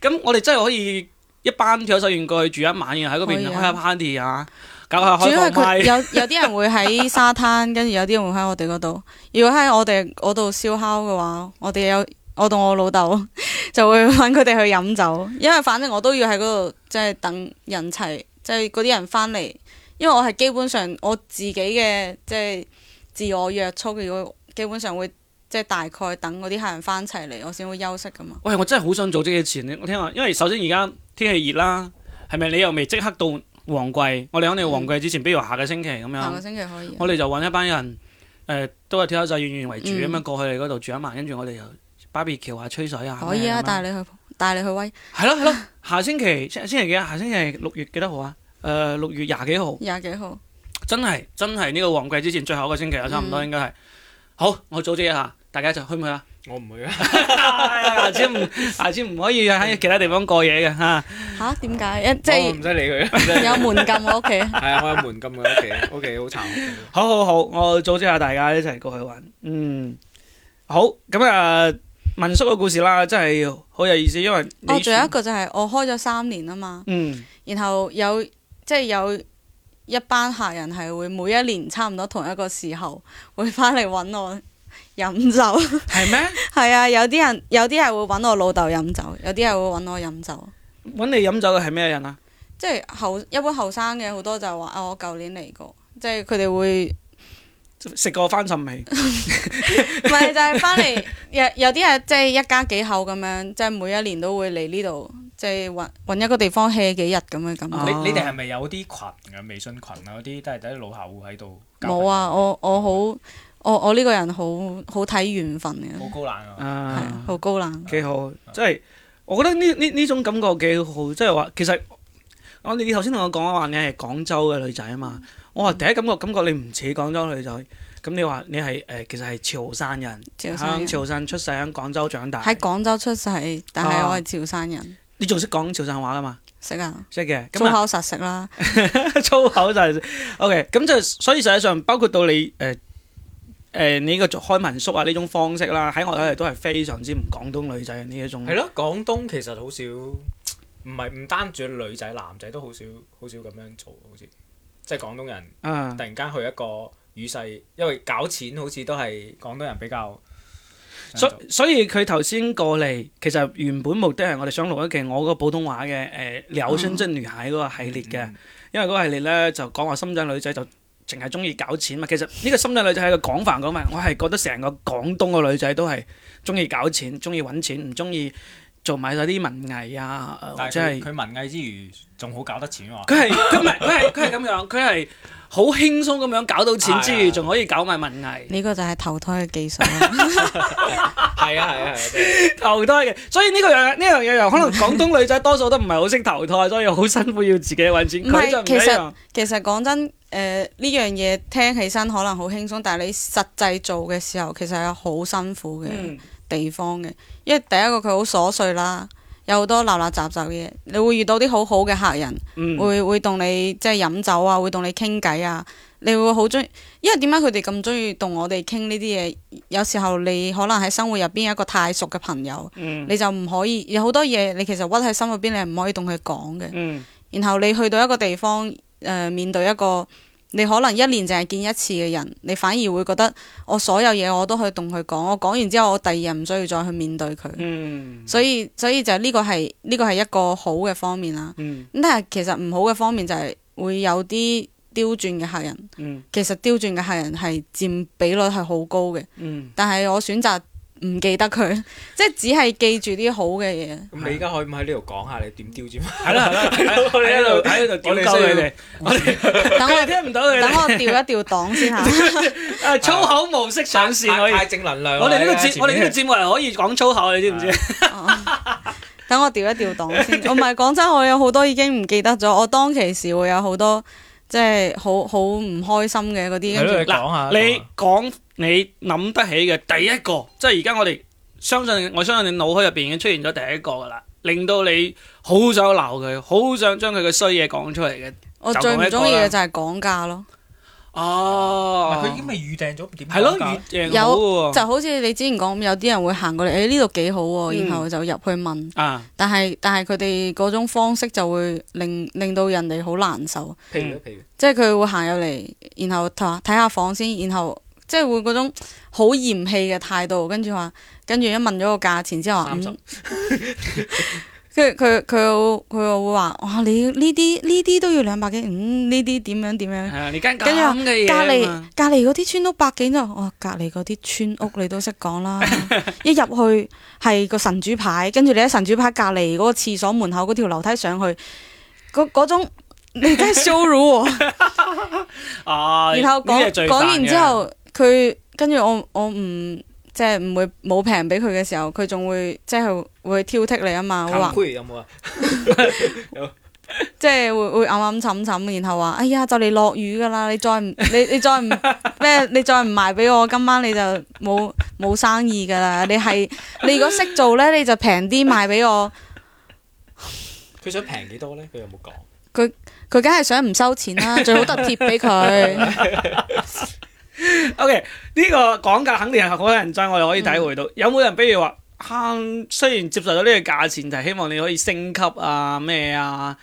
[SPEAKER 1] 咁我哋真係可以一班脱口秀員過去住一晚，然後喺嗰
[SPEAKER 2] 可以
[SPEAKER 1] 邊
[SPEAKER 2] 啊
[SPEAKER 1] 開下 party 啊，搞下
[SPEAKER 2] 主要
[SPEAKER 1] 開
[SPEAKER 2] 係
[SPEAKER 1] 放
[SPEAKER 2] 佢
[SPEAKER 1] 派。
[SPEAKER 2] 有有啲人會喺沙灘，跟住有啲人會喺我哋嗰度。如果喺我哋嗰度燒烤嘅話，我哋有我同我老豆 就會揾佢哋去飲酒，因為反正我都要喺嗰度，即係等人齊，即係嗰啲人翻嚟。因為我係基本上我自己嘅即係自我約束，如果基本上會即係大概等嗰啲客人翻齊嚟，我先會休息噶嘛。
[SPEAKER 1] 喂，我真係好想組織一次呢。我聽話，因為首先而家天氣熱啦，係咪你又未即刻到旺季？我哋肯定旺季之前，比如話下個星期咁
[SPEAKER 2] 下個
[SPEAKER 1] 樣，
[SPEAKER 2] 星期可以啊。
[SPEAKER 1] 我哋就揾一班人，誒、都係跳口仔演員為主咁
[SPEAKER 2] 嗯
[SPEAKER 1] 樣、過去你嗰度住一晚，跟住我哋就 barbecue 啊、吹水啊，
[SPEAKER 2] 可以
[SPEAKER 1] 咩咁樣
[SPEAKER 2] 啊，帶你去帶你去威
[SPEAKER 1] 係咯係咯，下星期星星期幾啊？下星期六月幾多號啊？誒、六月廿幾號，
[SPEAKER 2] 廿幾號。
[SPEAKER 1] 真係真係呢個旺季之前最後一個星期啦，啊差唔多
[SPEAKER 2] 嗯
[SPEAKER 1] 應該係。好，我組織一下，大家一齊去唔去啊？
[SPEAKER 3] 我唔會啊。
[SPEAKER 1] 下次唔下次唔可以
[SPEAKER 2] 嗯
[SPEAKER 1] 喺其他地方過夜嘅啊嚇。
[SPEAKER 2] 吓？點解？一即
[SPEAKER 3] 我
[SPEAKER 2] 係
[SPEAKER 3] 唔使理佢。
[SPEAKER 2] 有門禁我屋企。哦
[SPEAKER 3] 係啊，我有門禁嘅屋企，屋企好殘酷嘅。
[SPEAKER 1] 好好好，我組織下大家一齊過去玩。嗯，好咁啊，民宿嘅故事啦，真係好有意思，因為你
[SPEAKER 2] 哦，仲有一個就係我開咗三年啊嘛，
[SPEAKER 1] 嗯
[SPEAKER 2] 然後有即係有一班客人係會每一年差唔多同一個時候會翻嚟揾我飲酒，
[SPEAKER 1] 係咩？
[SPEAKER 2] 係啊，有啲人有啲係會揾我老豆飲酒，有啲係會揾我飲酒。
[SPEAKER 1] 揾你飲酒嘅係咩人啊？
[SPEAKER 2] 即係後一般後生嘅好多就話啊，我舊年嚟過，即係佢哋會
[SPEAKER 1] 食過翻尋味，
[SPEAKER 2] 唔係就係翻嚟 有有啲係即係一家幾口咁樣，即係每一年都會嚟呢度，即係揾揾一個地方 hea 幾日咁嘅感
[SPEAKER 1] 啊
[SPEAKER 2] 覺。
[SPEAKER 4] 你你哋係咪有啲群嘅微信群啊？嗰啲都係啲老客户喺度。
[SPEAKER 2] 冇啊！！我我好我我呢個人好好睇緣分嘅，
[SPEAKER 4] 好高冷啊！
[SPEAKER 2] 係啊
[SPEAKER 1] 啊，
[SPEAKER 2] 好高冷。
[SPEAKER 1] 幾好，即係我覺得呢呢呢種感覺幾好，即係話其實我你頭先同我講話你係廣州嘅女仔啊嘛，我話第一感覺感覺你唔似廣州女仔，咁你話你係誒、呃其實係潮汕人，
[SPEAKER 2] 潮汕
[SPEAKER 1] 喺
[SPEAKER 2] 人
[SPEAKER 1] 潮汕出世，喺廣州長大，
[SPEAKER 2] 喺廣州出世，但係
[SPEAKER 1] 啊
[SPEAKER 2] 我係潮汕人，
[SPEAKER 1] 你仲識講潮汕話噶嘛？
[SPEAKER 2] 識啊，
[SPEAKER 1] 識嘅，
[SPEAKER 2] 粗
[SPEAKER 1] 咁啊
[SPEAKER 2] 口實食啦。
[SPEAKER 1] 粗口就係 OK，咁就所以實際上包括到你誒。誒、呃你呢個開民宿啊呢種方式啦，喺我睇嚟都係非常之唔廣東女仔嘅呢一種。
[SPEAKER 3] 係咯，廣東其實好少，唔係唔單止女仔，男仔都好少，好少咁樣做，好似即係廣東人
[SPEAKER 1] 啊
[SPEAKER 3] 突，然間去一個與世，因為搞錢好似都係廣東人比較
[SPEAKER 1] 所所以佢頭先過嚟，其實原本目的係我哋想錄一期我嗰個普通話嘅誒聊深圳女孩嗰個系列
[SPEAKER 4] 嗯
[SPEAKER 1] 嘅，因為嗰個系列咧就講話深圳女仔就淨係中意搞錢嘛。其實呢個深圳女仔係一個廣泛講法，我係覺得成個廣東嘅女仔都係中意搞錢，中意揾錢，唔中意做埋晒啲文藝啊，呃或
[SPEAKER 4] 但
[SPEAKER 1] 者
[SPEAKER 4] 係佢
[SPEAKER 1] 係
[SPEAKER 4] 佢文藝之餘，仲好搞得錢 喎。
[SPEAKER 1] 佢係佢唔係佢係佢係咁樣，佢係好輕鬆咁樣搞到錢之
[SPEAKER 4] 係
[SPEAKER 1] 餘，
[SPEAKER 4] 啊
[SPEAKER 1] 仲可以搞埋文藝。
[SPEAKER 2] 呢個就係投胎嘅技術 啦。
[SPEAKER 3] 係啊係啊係啊
[SPEAKER 1] 投胎嘅，所以呢個樣呢樣嘢又可能廣東女仔多數都唔係好識投胎，所以好辛苦要自己揾錢。
[SPEAKER 2] 唔係
[SPEAKER 1] 佢就唔一
[SPEAKER 2] 其實
[SPEAKER 1] 樣，
[SPEAKER 2] 其實講真，誒呢樣嘢聽起身可能好輕鬆，但係你實際做嘅時候，其實係好辛苦嘅。
[SPEAKER 1] 嗯，
[SPEAKER 2] 地方嘅，因為第一個佢好瑣碎啦，有好多垃垃雜雜嘅嘢，你會遇到啲好好嘅客人，
[SPEAKER 1] 嗯
[SPEAKER 2] 會會同你即係飲酒啊，會同你傾偈啊，你會好中意，因為點解佢哋咁中意同我哋傾呢啲嘢？有時候你可能喺生活入邊有一個太熟嘅朋友，
[SPEAKER 1] 嗯
[SPEAKER 2] 你就唔可以有好多嘢，你其實屈喺心入邊，你係唔可以同佢講嘅。
[SPEAKER 1] 嗯
[SPEAKER 2] 然後你去到一個地方，誒、面對一個你可能一年淨係見一次嘅人，你反而會覺得我所有嘢我都去同佢講，我講完之後我第二日唔需要再去面對佢，
[SPEAKER 1] 嗯
[SPEAKER 2] 所以所以就呢個係呢個係一個好嘅方面啦。
[SPEAKER 1] 嗯
[SPEAKER 2] 咁但係其實唔好嘅方面就係會有啲刁鑽嘅客人，
[SPEAKER 1] 嗯
[SPEAKER 2] 其實刁鑽嘅客人係佔比率係好高嘅，
[SPEAKER 1] 嗯，
[SPEAKER 2] 但係我選擇唔記得佢， 即係只係記住啲好嘅嘢。
[SPEAKER 3] 咁你而家可以唔可以喺呢度講下你點刁鑽？
[SPEAKER 1] 係 啦係啦係啦，我哋喺度喺度屌鳩佢哋，我哋
[SPEAKER 2] 等
[SPEAKER 1] 佢哋
[SPEAKER 2] 我
[SPEAKER 1] 聽唔到佢
[SPEAKER 2] 等
[SPEAKER 1] 哋
[SPEAKER 2] 我調一調檔先嚇。
[SPEAKER 1] 啊粗口模式上線可以
[SPEAKER 3] 太。太正能量啦。
[SPEAKER 1] 我哋呢個
[SPEAKER 3] 而家
[SPEAKER 1] 節我哋呢個節目係可以講粗口，你知唔知？
[SPEAKER 2] 哦等我調一調檔先。哦我唔係講真，我有好多已經唔記得咗。我當其時會有好多即係好好唔開心嘅嗰啲，
[SPEAKER 4] 係咯
[SPEAKER 2] 跟
[SPEAKER 4] 你
[SPEAKER 2] 住
[SPEAKER 4] 講下
[SPEAKER 1] 你講你諗得起嘅第一個，即係而家我哋相信，我相信你腦海入邊已經出現咗第一個噶啦，令到你好想鬧佢，好想將佢嘅衰嘢講出嚟嘅。
[SPEAKER 2] 我
[SPEAKER 1] 就
[SPEAKER 2] 最
[SPEAKER 1] 講
[SPEAKER 2] 唔
[SPEAKER 1] 一個
[SPEAKER 2] 中意
[SPEAKER 1] 啦
[SPEAKER 2] 嘅就係講價咯，
[SPEAKER 4] 唔
[SPEAKER 1] 哦，
[SPEAKER 4] 係佢已經咪預訂咗點
[SPEAKER 1] 係
[SPEAKER 4] 講
[SPEAKER 1] 咯
[SPEAKER 4] 價，
[SPEAKER 1] 越贏好
[SPEAKER 2] 有
[SPEAKER 4] 哦
[SPEAKER 1] 喎
[SPEAKER 2] 就好似你之前講咁，有啲人會行過嚟，誒呢度幾好喎，
[SPEAKER 1] 嗯
[SPEAKER 2] 然後就入去問，
[SPEAKER 1] 啊，
[SPEAKER 2] 但係但係佢哋嗰種方式就會令令到人哋好難受，
[SPEAKER 3] 譬如譬如
[SPEAKER 2] 即係佢會行入嚟，然後睇睇下房先，然後即係會嗰種好嫌棄嘅態度，跟住話，跟住一問咗個價錢之後話，
[SPEAKER 3] 三十
[SPEAKER 2] 嗯跟住佢佢佢佢會話：哇！你呢啲呢啲都要兩百幾，嗯呢啲點樣點
[SPEAKER 1] 係
[SPEAKER 2] 樣？
[SPEAKER 1] 啊，你間咁
[SPEAKER 2] 跟住話
[SPEAKER 1] 嘅嘢
[SPEAKER 2] 隔離
[SPEAKER 1] 啊嘛
[SPEAKER 2] 隔離嗰啲村屋百幾呢？哦，隔離嗰啲村屋你都識 講啦。一入去係個神主牌，跟住你喺神主牌隔離嗰個廁所門口嗰條樓梯上去，嗰 嗰種你真係羞辱我。
[SPEAKER 1] 啊，
[SPEAKER 2] 然後
[SPEAKER 1] 呢啲
[SPEAKER 2] 講
[SPEAKER 1] 係最
[SPEAKER 2] 講
[SPEAKER 1] 煩
[SPEAKER 2] 完
[SPEAKER 1] 嘅
[SPEAKER 2] 之，後，佢跟住我我唔即係唔會冇平俾佢嘅時候，佢仲會即係會挑剔你啊嘛，會話
[SPEAKER 3] 譚。佩有冇啊？
[SPEAKER 2] 即係會會暗暗沉沉，然後話：哎呀，就嚟落雨㗎啦！你再唔 你你再唔咩？你再唔賣俾我，今晚你就冇冇生意㗎啦！你係你如果識做呢，你就平啲賣俾我。
[SPEAKER 3] 佢想平幾多咧？佢有冇講？
[SPEAKER 2] 佢梗係想唔收錢啦，最好特貼俾佢。
[SPEAKER 1] OK 呢個講價肯定係好多人爭，我哋可以體會
[SPEAKER 2] 嗯
[SPEAKER 1] 到。有冇人比如話？啊，雖然接受咗呢個價錢，就係希望你可以升級啊咩啊，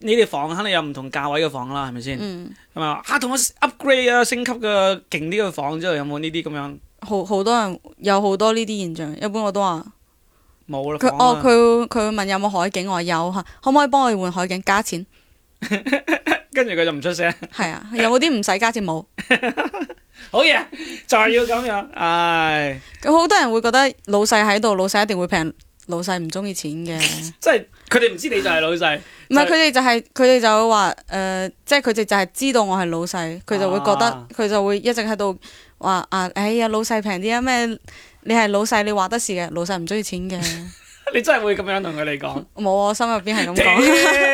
[SPEAKER 1] 你哋房肯定有唔同價位嘅房啦，係咪先？
[SPEAKER 2] 嗯，
[SPEAKER 1] 係嘛？啊，同我 upgrade 啊，升級嘅勁啲嘅房之後，有冇呢啲咁樣？
[SPEAKER 2] 好好多人有好多呢啲現象，一般我都話
[SPEAKER 1] 冇啦，
[SPEAKER 2] 佢
[SPEAKER 1] 房
[SPEAKER 2] 哦，
[SPEAKER 1] 啊
[SPEAKER 2] 佢會佢會問有冇海景，我話有嚇，可唔可以幫我換海景加錢？
[SPEAKER 1] 跟住佢就唔出聲。
[SPEAKER 2] 係啊，有冇啲唔使加錢冇？
[SPEAKER 1] 好嘢，就係要咁樣。唉，
[SPEAKER 2] 佢好多人會覺得老細喺度，老細一定會平，老細唔中意錢嘅。
[SPEAKER 1] 即係佢哋唔知你就係老細。
[SPEAKER 2] 唔係
[SPEAKER 1] 就
[SPEAKER 2] 佢哋就係佢哋就會話誒、呃即係佢哋就係知道我係老細，佢就會覺
[SPEAKER 1] 啊
[SPEAKER 2] 得佢、就會一直喺度話啊，哎呀老細平啲啊咩？你係老細，你話得事嘅，老細唔中意錢嘅，
[SPEAKER 1] 你真係會咁樣同佢哋講？
[SPEAKER 2] 冇，我心入邊係咁講。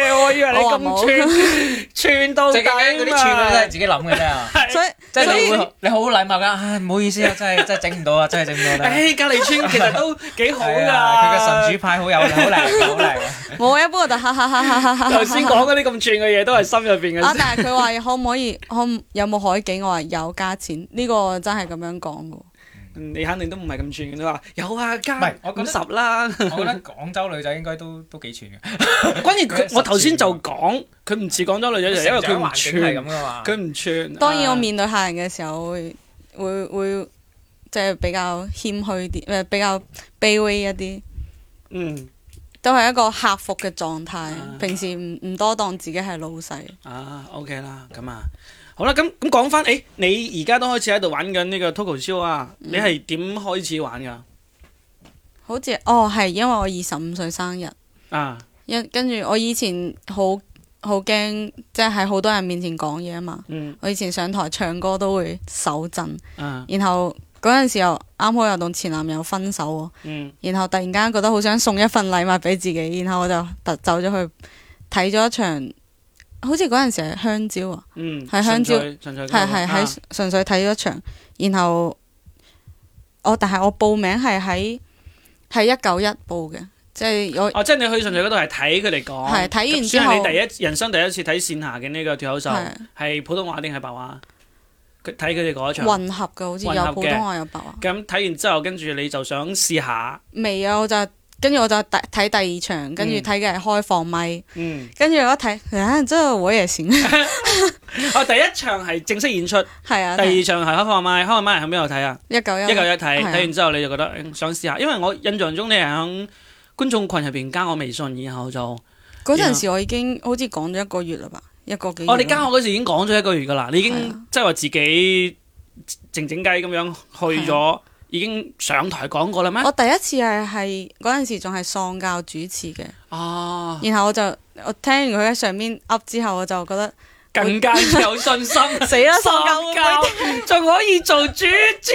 [SPEAKER 1] 屌我以為你
[SPEAKER 2] 我話
[SPEAKER 1] 咁串串到
[SPEAKER 5] 最
[SPEAKER 1] 底啊
[SPEAKER 5] 緊要嗰啲串都係自己諗嘅啫啊。
[SPEAKER 2] 所以
[SPEAKER 5] 即係
[SPEAKER 2] 所以
[SPEAKER 5] 你會你好禮貌㗎，唉唔好意思啊，真係真係整唔到啊，真係整唔 到啦。
[SPEAKER 1] 誒隔離村其實都幾好
[SPEAKER 5] 係
[SPEAKER 1] 㗎。
[SPEAKER 5] 啊，佢嘅神主派好有好靚好靚。
[SPEAKER 2] 冇嘅，不過就哈哈哈哈哈哈。
[SPEAKER 1] 頭先講嗰啲咁串嘅嘢都係心入邊嘅
[SPEAKER 2] 啊！
[SPEAKER 1] 事。
[SPEAKER 2] 但係佢話可唔可以可唔有冇海景？我話有加錢，呢個真係咁樣講嘅。
[SPEAKER 1] 你肯定都唔係咁串嘅，你話有啊
[SPEAKER 5] 唔
[SPEAKER 1] 加
[SPEAKER 5] 係我覺得
[SPEAKER 1] 五十啦。
[SPEAKER 5] 我覺得廣州女仔應該都都幾串嘅，
[SPEAKER 1] 關鍵佢我頭先就講佢唔似廣州女仔，就係因為佢唔
[SPEAKER 5] 成長環境係
[SPEAKER 1] 串
[SPEAKER 5] 咁，啊噶嘛。
[SPEAKER 1] 佢唔串。
[SPEAKER 2] 當然我
[SPEAKER 1] 啊
[SPEAKER 2] 面對客人嘅時候會會會即係比較謙虛啲，誒比較卑微一啲，
[SPEAKER 1] 嗯
[SPEAKER 2] 都係一個客服嘅狀態
[SPEAKER 1] 啊。
[SPEAKER 2] 平時唔唔多當自己係老細，
[SPEAKER 1] 啊 OK 啦，咁啊好啦，咁咁講翻，誒你而家都開始喺度玩緊呢個 Toco 超啊，
[SPEAKER 2] 嗯
[SPEAKER 1] 你係點開始玩㗎？
[SPEAKER 2] 好似哦係因為我二十五歲生日，
[SPEAKER 1] 啊
[SPEAKER 2] 一跟住我以前好好驚，即係喺好多人面前講嘢啊嘛。
[SPEAKER 1] 嗯
[SPEAKER 2] 我以前上台唱歌都會手震，
[SPEAKER 1] 啊
[SPEAKER 2] 然後嗰陣時又啱好又同前男友分手喎。
[SPEAKER 1] 嗯
[SPEAKER 2] 然後突然間覺得好想送一份禮物俾自己，然後我就突走咗去睇咗一場，好似嗰陣時係香蕉啊，
[SPEAKER 1] 嗯，
[SPEAKER 2] 係香蕉
[SPEAKER 1] 純粹，純粹啊
[SPEAKER 2] 係係喺純粹睇咗一場，然後我但係我報名係喺係一九一報嘅，即係我
[SPEAKER 1] 哦，即係你去純粹嗰度係睇佢哋講，
[SPEAKER 2] 係睇完之
[SPEAKER 1] 算
[SPEAKER 2] 後
[SPEAKER 1] 係你第一人生第一次睇線下嘅呢個脱口秀，
[SPEAKER 2] 係
[SPEAKER 1] 係普通話定係白話？佢睇佢哋嗰一場。
[SPEAKER 2] 混合嘅，好似
[SPEAKER 1] 混合嘅
[SPEAKER 2] 有普通話有白話，
[SPEAKER 1] 咁睇完之後，跟住你就想試下，
[SPEAKER 2] 未啊我就。跟住我就睇睇第二場，跟住
[SPEAKER 1] 嗯
[SPEAKER 2] 睇嘅係開放咪，
[SPEAKER 1] 嗯，
[SPEAKER 2] 跟住我一睇，啊，真係我也行，
[SPEAKER 1] 哦，第一場係正式演出，第
[SPEAKER 2] 係啊，
[SPEAKER 1] 二場係開放麥，開放麥喺邊度睇啊？
[SPEAKER 2] 一九一
[SPEAKER 1] 一九一睇，
[SPEAKER 2] 係
[SPEAKER 1] 睇
[SPEAKER 2] 啊
[SPEAKER 1] 完之後你就覺得嗯想試下，因為我印象中你係響觀眾群入邊加我微信，然後就
[SPEAKER 2] 嗰陣時我已經好似講咗一個月啦吧，一個幾月啦。
[SPEAKER 1] 哦，你加我嗰時已經講咗一個月噶啦，你已
[SPEAKER 2] 嗯係
[SPEAKER 1] 經
[SPEAKER 2] 啊
[SPEAKER 1] 即係話自己靜靜雞咁樣去咗，
[SPEAKER 2] 啊
[SPEAKER 1] 已經上台講過啦咩？
[SPEAKER 2] 我第一次係係嗰陣時仲係喪教主持嘅，
[SPEAKER 1] 哦，
[SPEAKER 2] 然後我就我聽完佢喺上面噏之後，我就覺得
[SPEAKER 1] 更加有信心，
[SPEAKER 2] 死啦，喪教會
[SPEAKER 1] 喪
[SPEAKER 2] 唔會
[SPEAKER 1] 教仲可以做主持，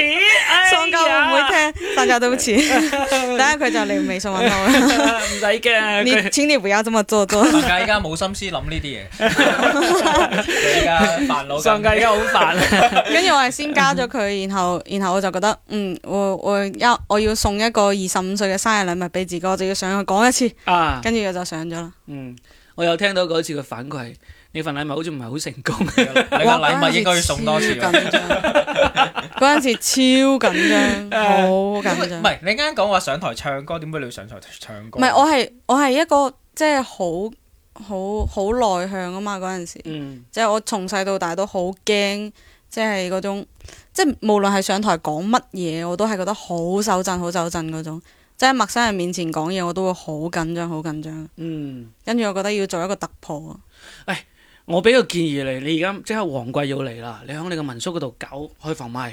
[SPEAKER 1] 哎呀
[SPEAKER 2] 喪教會唔會聽？喪教對不起，等下佢就嚟微信 揾我啦。
[SPEAKER 1] 唔使嘅，
[SPEAKER 2] 你
[SPEAKER 1] 佢
[SPEAKER 2] 請你不要這麼做 作。
[SPEAKER 5] 大家依家冇心思諗呢啲嘢，佢依家煩惱
[SPEAKER 1] 上屆
[SPEAKER 5] 緊。
[SPEAKER 1] 而家好煩。
[SPEAKER 2] 跟住我係先加咗佢，然後然後我就覺得嗯，我我一我要送一個二十五歲嘅生日禮物俾自己，我就要上去講一次，
[SPEAKER 1] 啊，
[SPEAKER 2] 跟住我就上咗啦。
[SPEAKER 1] 嗯，我有聽到嗰次嘅反饋，你份禮物好似唔係好成功。
[SPEAKER 5] 你個禮物應該要送多次
[SPEAKER 2] 哇
[SPEAKER 3] 啊
[SPEAKER 5] 喎。
[SPEAKER 2] 嗰陣時超緊張嗰陣時超緊張，好緊張
[SPEAKER 5] 唔。係你啱啱講話上台唱歌，點解你要上台唱歌？
[SPEAKER 2] 唔係我係我係一個即係好好好內向啊嘛嗰陣時，
[SPEAKER 1] 嗯
[SPEAKER 2] 即係我從細到大都好驚，即係嗰種即係無論係上台講乜嘢，我都係覺得好手震好手震嗰種。即係陌生人面前講嘢，我都會好緊張好緊張。
[SPEAKER 1] 嗯，
[SPEAKER 2] 跟住我覺得要做一個突破啊！
[SPEAKER 1] 我俾個建議你，你而家即刻旺季要嚟啦，你喺你個民宿嗰度搞開房賣。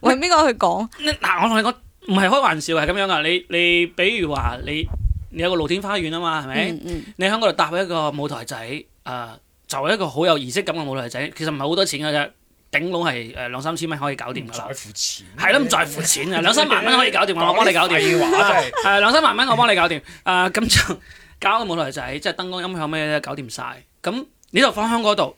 [SPEAKER 2] 喂，邊個去講？
[SPEAKER 1] 你嗱，我同你講，唔係開玩笑，係咁樣噶。你你比如話你你有個露天花園啊嘛，係咪？
[SPEAKER 2] 嗯嗯，
[SPEAKER 1] 你喺嗰度搭一個舞台仔，啊、就係一個好有儀式感嘅舞台仔。其實唔係好多錢嘅啫，頂籠係誒兩三千蚊可以搞掂
[SPEAKER 4] 唔
[SPEAKER 1] 噶
[SPEAKER 4] 在
[SPEAKER 1] 啦。
[SPEAKER 4] 乎錢。
[SPEAKER 1] 係咯，唔在乎錢啊，兩三萬蚊可以搞掂，我幫
[SPEAKER 4] 講
[SPEAKER 1] 你
[SPEAKER 4] 啲
[SPEAKER 1] 搞掂。
[SPEAKER 4] 廢話真係。
[SPEAKER 1] 誒兩三萬蚊我幫你搞掂，誒咁就 搞個舞台仔，即係燈光音響咩都搞掂晒。咁你就放喺嗰度，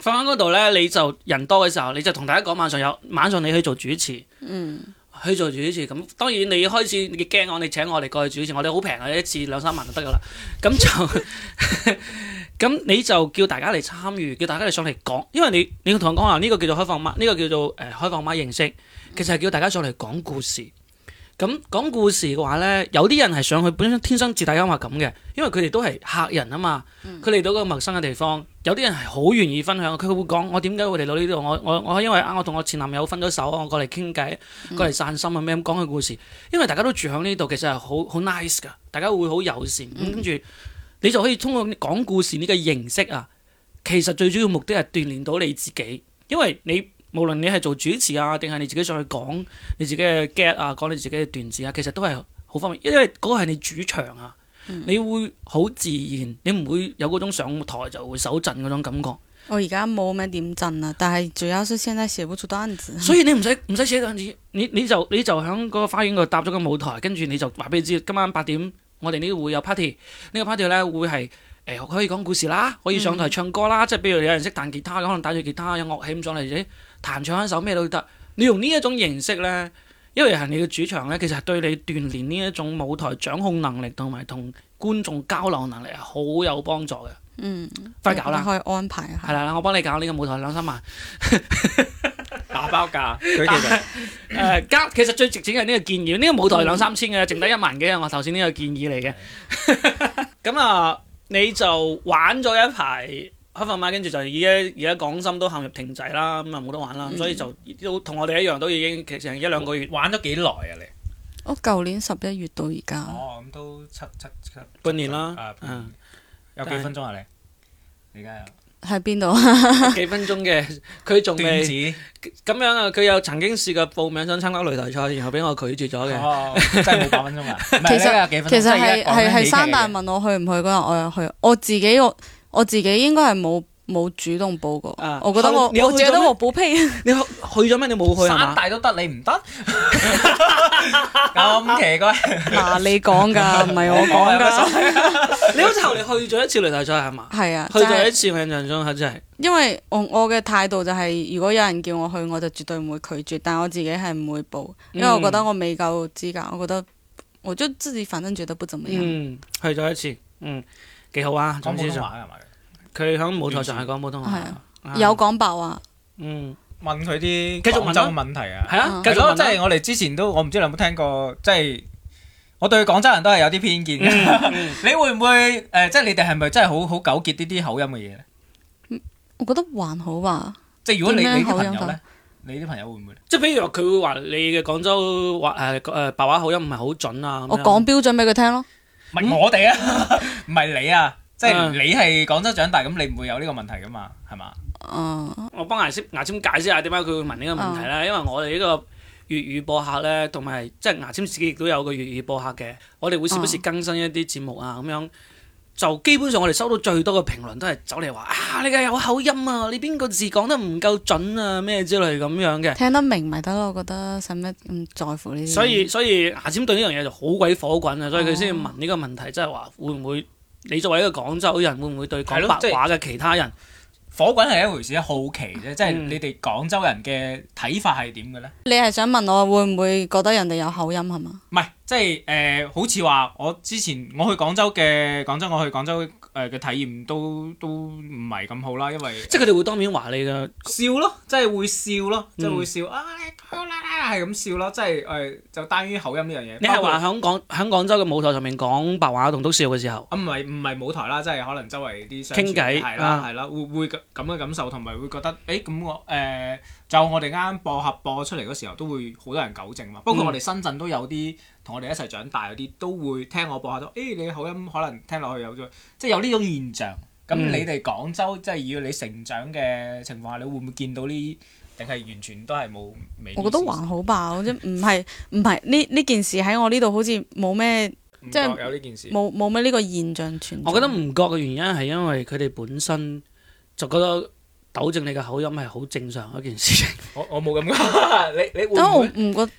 [SPEAKER 1] 放喺嗰度咧，你就人多嘅時候，你就同大家講晚上有晚上你去做主持，
[SPEAKER 2] 嗯，
[SPEAKER 1] 去做主持。咁當然你開始你驚我，你請我哋過去主持，我哋好平啊，一次兩三萬就得噶啦。咁就 咁你就叫大家嚟參與，叫大家嚟上嚟講，因為你你要同我講話呢個叫做開放麥，呢、個叫做誒、呃、開放麥形式，其實係叫大家上嚟講故事。咁講故事嘅話呢，有啲人係上去本身天生自帶幽默感嘅，因為佢哋都係客人啊嘛，佢嚟到個陌生嘅地方，有啲人係好願意分享，佢會講我點解會嚟到呢度，我我我因為啊我同我前男友分咗手，我過嚟傾偈，過嚟散心啊咩咁講佢故事，因為大家都住喺呢度，其實係好好 nice 噶，大家會好友善，咁跟住你就可以通過講故事呢個形式啊，其實最主要目的係鍛鍊到你自己，因為你無論你係做主持啊，定係你自己上去講。你自己嘅 get 啊，講你自己嘅段子啊，其實都係好方便，因為嗰個係你主場啊，你會好自然，你唔會有嗰種上台就會手震嗰種感覺。
[SPEAKER 2] 我而家冇咩點震啊，但係主要是現在寫不出段子。
[SPEAKER 1] 所以你唔使唔使寫段子，你你就你就喺嗰個花園度搭咗個舞台，跟住你就話俾你知，今晚八點我哋呢會有 party，呢個 party 咧會係誒、呃可以講故事啦，可以上台唱歌啦，即係比如有人識彈吉他，可能帶住吉他有樂器咁上嚟，誒彈唱一首咩都得。你用呢一種形式咧，因為係你嘅主場咧，其實係對你鍛鍊呢一種舞台掌控能力同埋同觀眾交流能力係好有幫助嘅。
[SPEAKER 2] 嗯，
[SPEAKER 1] 快搞啦
[SPEAKER 2] 你可以安排
[SPEAKER 1] 係
[SPEAKER 2] 下。
[SPEAKER 1] 啦，我幫你搞呢個舞台兩三萬。
[SPEAKER 6] 打包價，佢其實
[SPEAKER 1] 誒呃加、其實最值錢係呢個建議，呢、個舞台兩三千嘅，剩低一萬幾係我頭先呢個建議嚟嘅。 咁啊，你就玩咗一排開放麥，跟住就而家而家港深都陷入停滯啦，咁啊冇得玩啦，所以就都同我哋一樣，都已經其實成一兩個月、
[SPEAKER 7] 玩咗幾耐啊你？
[SPEAKER 2] 我哦舊年十一月到而家，
[SPEAKER 3] 哦，咁都七七七
[SPEAKER 1] 半年啦
[SPEAKER 3] 啊，半
[SPEAKER 1] 嗯
[SPEAKER 3] 年有幾分鐘啊你？你而家
[SPEAKER 2] 喺邊度？啊
[SPEAKER 1] 幾分鐘嘅，佢仲
[SPEAKER 3] 有段
[SPEAKER 1] 未
[SPEAKER 3] 子
[SPEAKER 1] 咁樣啊！佢有曾經試過報名想參加擂台賽，然後俾我拒絕咗嘅。
[SPEAKER 3] 哦，真係冇八分鐘啊！唔係
[SPEAKER 2] 其
[SPEAKER 3] 你而家有
[SPEAKER 2] 實
[SPEAKER 3] 幾分
[SPEAKER 2] 其
[SPEAKER 3] 鐘？
[SPEAKER 2] 實
[SPEAKER 3] 即而
[SPEAKER 2] 係
[SPEAKER 3] 家講緊
[SPEAKER 2] 係
[SPEAKER 3] 喜
[SPEAKER 2] 係
[SPEAKER 3] 劇
[SPEAKER 2] 山大
[SPEAKER 3] 嘅
[SPEAKER 2] 問我去唔去嗰日，我又去。我自己我我自己應該係冇冇主動報過。
[SPEAKER 1] 啊
[SPEAKER 2] 我覺得我
[SPEAKER 1] 你有
[SPEAKER 2] 我
[SPEAKER 1] 去咗
[SPEAKER 2] 覺得
[SPEAKER 1] 咩
[SPEAKER 2] 我不配。
[SPEAKER 1] 你去去咗咩？你冇去係
[SPEAKER 7] 山
[SPEAKER 1] 嘛？
[SPEAKER 7] 大都得，你唔 得？咁奇怪，
[SPEAKER 2] 嗱，你講 㗎，唔係我講㗎。
[SPEAKER 1] 你好似後嚟去咗一次擂台賽係嘛？
[SPEAKER 2] 係啊，
[SPEAKER 1] 去
[SPEAKER 2] 就係
[SPEAKER 1] 咗一次，我印象中係真係。
[SPEAKER 2] 因為我我嘅態度就係、如果有人叫我去，我就絕對唔會拒絕，但我自己係唔會報，因為我覺得我未夠資格，我覺得我就自己反正覺得不怎麼樣。
[SPEAKER 1] 嗯，去咗一次，嗯，幾好啊。
[SPEAKER 3] 講
[SPEAKER 1] 總
[SPEAKER 3] 普
[SPEAKER 1] 之
[SPEAKER 3] 通
[SPEAKER 1] 就
[SPEAKER 3] 話係咪？
[SPEAKER 1] 佢響舞台上係講普通話，
[SPEAKER 2] 係啊
[SPEAKER 1] 啊
[SPEAKER 2] 有講白話，
[SPEAKER 1] 嗯，
[SPEAKER 3] 問佢啲
[SPEAKER 1] 繼續問
[SPEAKER 3] 廣州
[SPEAKER 1] 啦
[SPEAKER 3] 問題啊！
[SPEAKER 1] 係啊，
[SPEAKER 2] 嗯
[SPEAKER 1] 繼
[SPEAKER 3] 係
[SPEAKER 1] 續
[SPEAKER 3] 咯，
[SPEAKER 1] 問
[SPEAKER 3] 即
[SPEAKER 1] 啦
[SPEAKER 3] 係我哋之前都，我唔知你有冇聽過，即係我對廣州人都係有啲偏見
[SPEAKER 1] 嗯
[SPEAKER 3] 嘅。 你會唔會誒、即係你哋係咪真係好好糾結呢啲口音嘅嘢咧？
[SPEAKER 2] 我覺得還好吧。
[SPEAKER 3] 即係如果你
[SPEAKER 2] 點樣
[SPEAKER 3] 你啲
[SPEAKER 2] 口音
[SPEAKER 3] 朋友
[SPEAKER 2] 法
[SPEAKER 3] 咧，你啲朋友會唔會呢？
[SPEAKER 1] 即係比如話佢會話你嘅廣州話誒誒白話口音唔係好準啊。咁樣
[SPEAKER 2] 我講標準俾佢聽咯，
[SPEAKER 3] 唔係我哋啊，唔係你啊，即係
[SPEAKER 1] 嗯
[SPEAKER 3] 你係廣州長大，咁你唔會有呢個問題噶嘛？係嘛？
[SPEAKER 2] 嗯，
[SPEAKER 1] 我幫牙籤牙籤解釋下點解佢會問呢個問題
[SPEAKER 2] 啊
[SPEAKER 1] 啦，因為我哋呢個粵語播客咧，同埋即係牙籤自己亦都有個粵語播客嘅，我哋會時不時
[SPEAKER 2] 啊
[SPEAKER 1] 更新一啲節目啊咁樣。就基本上我哋收到最多嘅評論都係走嚟話啊，你嘅有口音啊，你邊個字講得唔夠準啊，咩之類咁樣 嘅。
[SPEAKER 2] 聽得明咪得咯。我覺得使乜咁在乎呢啲？
[SPEAKER 1] 所以所以牙籤對呢樣嘢就好鬼火滾啊，所以佢先問呢個問題，即係話會唔會你作為一個廣州人，會唔會對講
[SPEAKER 3] 係咯
[SPEAKER 1] 白話嘅其他人？
[SPEAKER 3] 火滾係一回事，好奇啫，即係
[SPEAKER 1] 嗯
[SPEAKER 3] 你哋廣州人嘅睇法係點嘅咧？
[SPEAKER 2] 你係想問我會唔會覺得人哋有口音係嘛？
[SPEAKER 3] 唔係，即係誒、呃好似話我之前我去廣州嘅廣州，我去廣州誒嘅、體驗都都唔係咁好啦，因為
[SPEAKER 1] 即係佢哋會當面話你嘅，
[SPEAKER 3] 笑咯，即係會笑咯，即係
[SPEAKER 1] 嗯
[SPEAKER 3] 會笑啊，你高啦啦係咁笑咯，即係誒、呃就單於口音呢樣嘢。
[SPEAKER 1] 你係
[SPEAKER 3] 包括
[SPEAKER 1] 話喺廣喺廣州嘅舞台上面講白話同篤笑嘅時候，
[SPEAKER 3] 啊？唔係唔係舞台啦，即係可能周圍啲相處
[SPEAKER 1] 傾偈
[SPEAKER 3] 係啦
[SPEAKER 1] 啊
[SPEAKER 3] 係啦，會會咁咁嘅感受，同埋會覺得誒咁我誒就我哋啱啱播客播出嚟嗰時候，都會好多人糾正嘛。不過
[SPEAKER 1] 嗯
[SPEAKER 3] 我哋深圳都有啲同我哋一齊長大嗰啲，都會聽我播客都誒你口音可能聽落去有咗，即係有呢種現象。咁
[SPEAKER 1] 嗯
[SPEAKER 3] 你哋廣州即係以你成長嘅情況下，你會唔會見到呢？定係完全都係冇未
[SPEAKER 2] 我覺得
[SPEAKER 3] 見
[SPEAKER 2] 還好吧，我即係唔係唔係呢呢件事喺我呢度好似冇咩
[SPEAKER 6] 唔
[SPEAKER 2] 即係
[SPEAKER 6] 覺有呢件事。
[SPEAKER 2] 冇冇咩呢個現象存在。
[SPEAKER 1] 我覺得唔覺嘅原因係因為佢哋本身就覺得糾正你嘅口音係好正常一件事情。
[SPEAKER 6] 我我冇咁 講，你你會
[SPEAKER 2] 但
[SPEAKER 6] 唔
[SPEAKER 2] 我
[SPEAKER 6] 會？
[SPEAKER 2] 唔覺，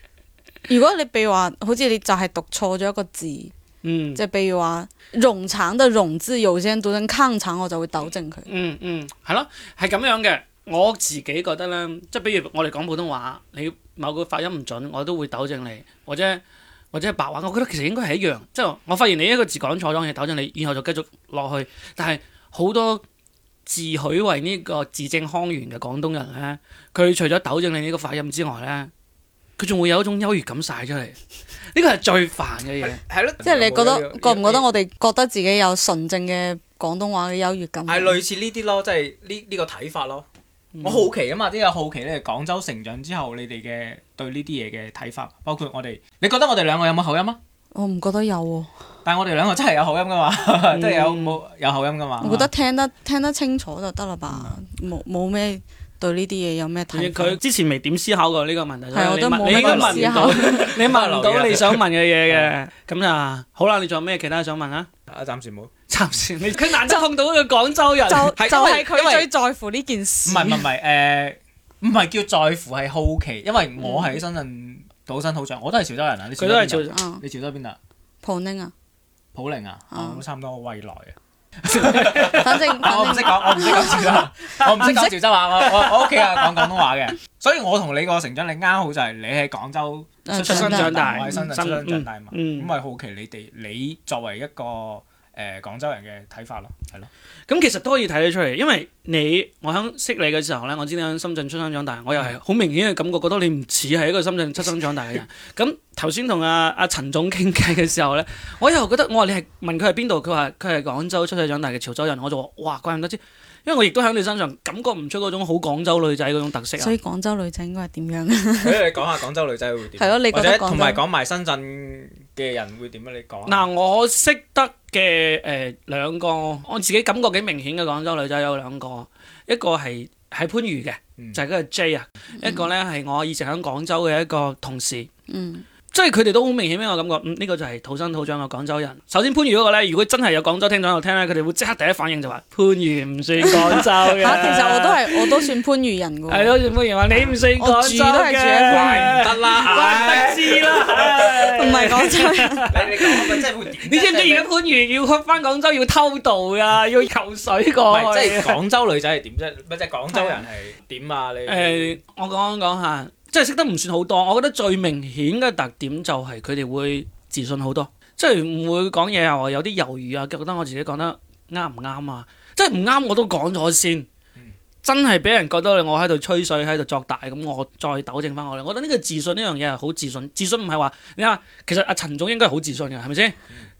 [SPEAKER 2] 如果你譬如話，好似你就係讀錯咗一個字，即
[SPEAKER 1] 嗯
[SPEAKER 2] 係譬如話冗長的冗字，有些人讀成坑長，我就會糾正佢。
[SPEAKER 1] 嗯嗯，係咯，係咁樣嘅。我自己覺得咧，即係比如我哋講普通話，你某個發音唔準，我都會糾正你，或者或者係白話，我覺得其實應該係一樣。即係我發現你一個字講錯咗，我就糾正你，然後就繼續落去。但係好多自詡為呢個字正腔圓嘅廣東人咧，佢除咗糾正你呢個發音之外咧，佢仲會有一種優越感晒出嚟。呢個係最煩嘅嘢。
[SPEAKER 6] 係咯，
[SPEAKER 2] 即係你覺
[SPEAKER 6] 有冇
[SPEAKER 2] 得
[SPEAKER 6] 呢個
[SPEAKER 2] 覺唔覺得我哋覺得自己有純正嘅廣東話嘅優越
[SPEAKER 4] 嗯
[SPEAKER 2] 感？
[SPEAKER 6] 係類似呢啲咯，即係呢呢個睇法咯。
[SPEAKER 3] 我好奇啊嘛，呢個好奇咧，廣州成長之後，你哋嘅對呢啲嘢嘅睇法，包括我哋，你覺得我哋兩個有冇口音啊？
[SPEAKER 2] 我唔覺得有喎、
[SPEAKER 3] 但係我哋兩個真係有口音噶嘛，
[SPEAKER 4] 嗯
[SPEAKER 3] 即係有冇有口音噶嘛？
[SPEAKER 2] 我覺得聽得聽得清楚就得啦吧，冇冇咩對呢啲嘢有咩睇法。
[SPEAKER 1] 佢之前未點思考過呢個問題，所以
[SPEAKER 2] 係我
[SPEAKER 1] 你
[SPEAKER 2] 都
[SPEAKER 1] 問
[SPEAKER 2] 冇
[SPEAKER 1] 你應該
[SPEAKER 2] 乜
[SPEAKER 1] 問唔
[SPEAKER 2] 思
[SPEAKER 1] 到
[SPEAKER 2] 考，。
[SPEAKER 1] 你問唔
[SPEAKER 3] 留意
[SPEAKER 1] 到
[SPEAKER 3] 啊
[SPEAKER 1] 你想問嘅嘢嘅。咁啊，好啦，你仲有咩其他想問啊？
[SPEAKER 3] 啊，暫時冇。
[SPEAKER 1] 暫時你佢難得碰到一個廣州人，
[SPEAKER 2] 就
[SPEAKER 4] 係
[SPEAKER 2] 就
[SPEAKER 4] 因
[SPEAKER 2] 係
[SPEAKER 4] 為因
[SPEAKER 2] 佢
[SPEAKER 4] 為
[SPEAKER 2] 最在乎呢件事。
[SPEAKER 4] 唔係唔係唔係誒，唔係叫在乎係好奇，因為我係喺深圳土生土長，我都係潮州人啊。你
[SPEAKER 1] 佢都係
[SPEAKER 4] 潮州邊
[SPEAKER 1] 做
[SPEAKER 2] 嗯
[SPEAKER 4] 啊，，你潮州邊啊？
[SPEAKER 2] 普寧啊，
[SPEAKER 4] 普寧啊，
[SPEAKER 2] 嗯
[SPEAKER 4] 我差唔多我未來啊。
[SPEAKER 2] 反正
[SPEAKER 4] 但我唔
[SPEAKER 2] 反
[SPEAKER 4] 識
[SPEAKER 2] 正
[SPEAKER 4] 講，我唔識講潮州話，我唔識講潮州話，我我我屋企係講廣東話嘅，所以我同你個成長你啱好就係你喺廣州
[SPEAKER 2] 誒
[SPEAKER 1] 出生長大
[SPEAKER 4] 我喺深圳
[SPEAKER 1] 生
[SPEAKER 4] 出生長大嘛，
[SPEAKER 1] 嗯
[SPEAKER 4] 咁咪好奇你哋你作為一個誒廣州人嘅睇法咯，係咯，
[SPEAKER 1] 咁其實都可以睇得出嚟，因為你我喺識你嘅時候咧，我知你喺深圳出生長大，我又
[SPEAKER 2] 嗯
[SPEAKER 1] 係好明顯嘅感覺，覺得你唔似係一個深圳出生長大嘅 人。咁頭先同阿阿陳總傾偈嘅時候咧，我又覺得我話你係問佢係邊度，佢話佢係廣州出世長大嘅潮州人，我就話哇怪唔得知，因為我亦都喺你身上感覺唔出嗰種好廣州女仔嗰種特色
[SPEAKER 2] 所
[SPEAKER 1] 啊。
[SPEAKER 2] 以廣州女仔應該係點樣？
[SPEAKER 3] 所以你講下廣州女仔會點？
[SPEAKER 2] 係咯你覺
[SPEAKER 3] 或
[SPEAKER 2] 得
[SPEAKER 3] 者
[SPEAKER 2] 廣州
[SPEAKER 3] 同埋講埋深圳嘅人會點啊？你講下
[SPEAKER 1] 嗱，我識得嘅誒兩個，我自己感覺幾明顯嘅廣州女仔有兩個，一個係喺番禺嘅，
[SPEAKER 3] 嗯
[SPEAKER 1] 就係嗰個 J 啊，一個咧係我以前喺廣州嘅一個同事，
[SPEAKER 2] 嗯，
[SPEAKER 1] 即係佢哋都好明顯俾我感覺，嗯呢、個就係土生土長嘅廣州人。首先番禺嗰個咧，如果真係有廣州聽眾喺度聽咧，佢哋會即刻第一反應就話番禺唔算廣州嘅。
[SPEAKER 2] 嚇，其實我 都係我都算番禺人㗎
[SPEAKER 1] 啊係
[SPEAKER 2] 喎，
[SPEAKER 1] 咯，番禺話你唔算
[SPEAKER 2] 我
[SPEAKER 1] 廣
[SPEAKER 2] 住
[SPEAKER 1] 州
[SPEAKER 2] 都係住喺
[SPEAKER 1] 嘅，
[SPEAKER 3] 得啦，
[SPEAKER 1] 怪唔得 知啦。唉
[SPEAKER 2] 唔係廣州人。
[SPEAKER 4] 你你講咪真係會點？
[SPEAKER 1] 你知唔知而家番禺要翻廣州要偷渡啊，要游水
[SPEAKER 3] 唔
[SPEAKER 1] 過
[SPEAKER 3] 係即
[SPEAKER 1] 去
[SPEAKER 3] 係
[SPEAKER 1] 啊？
[SPEAKER 3] 廣州女仔係點啫？唔係即係廣州人係點啊？你
[SPEAKER 1] 誒、我講講下，即係識得唔算好多。我覺得最明顯嘅特點就係佢哋會自信好多，即係唔會講嘢又話有啲猶豫啊，覺得我自己講得啱唔啱啊，即係唔啱我都講咗先。真係俾人覺得我喺度吹水，喺度作大，咁我再糾正翻我哋。我覺得呢個自信呢樣嘢係好自信，自信唔係話你睇下，其實阿陳總應該係好自信嘅，係咪先？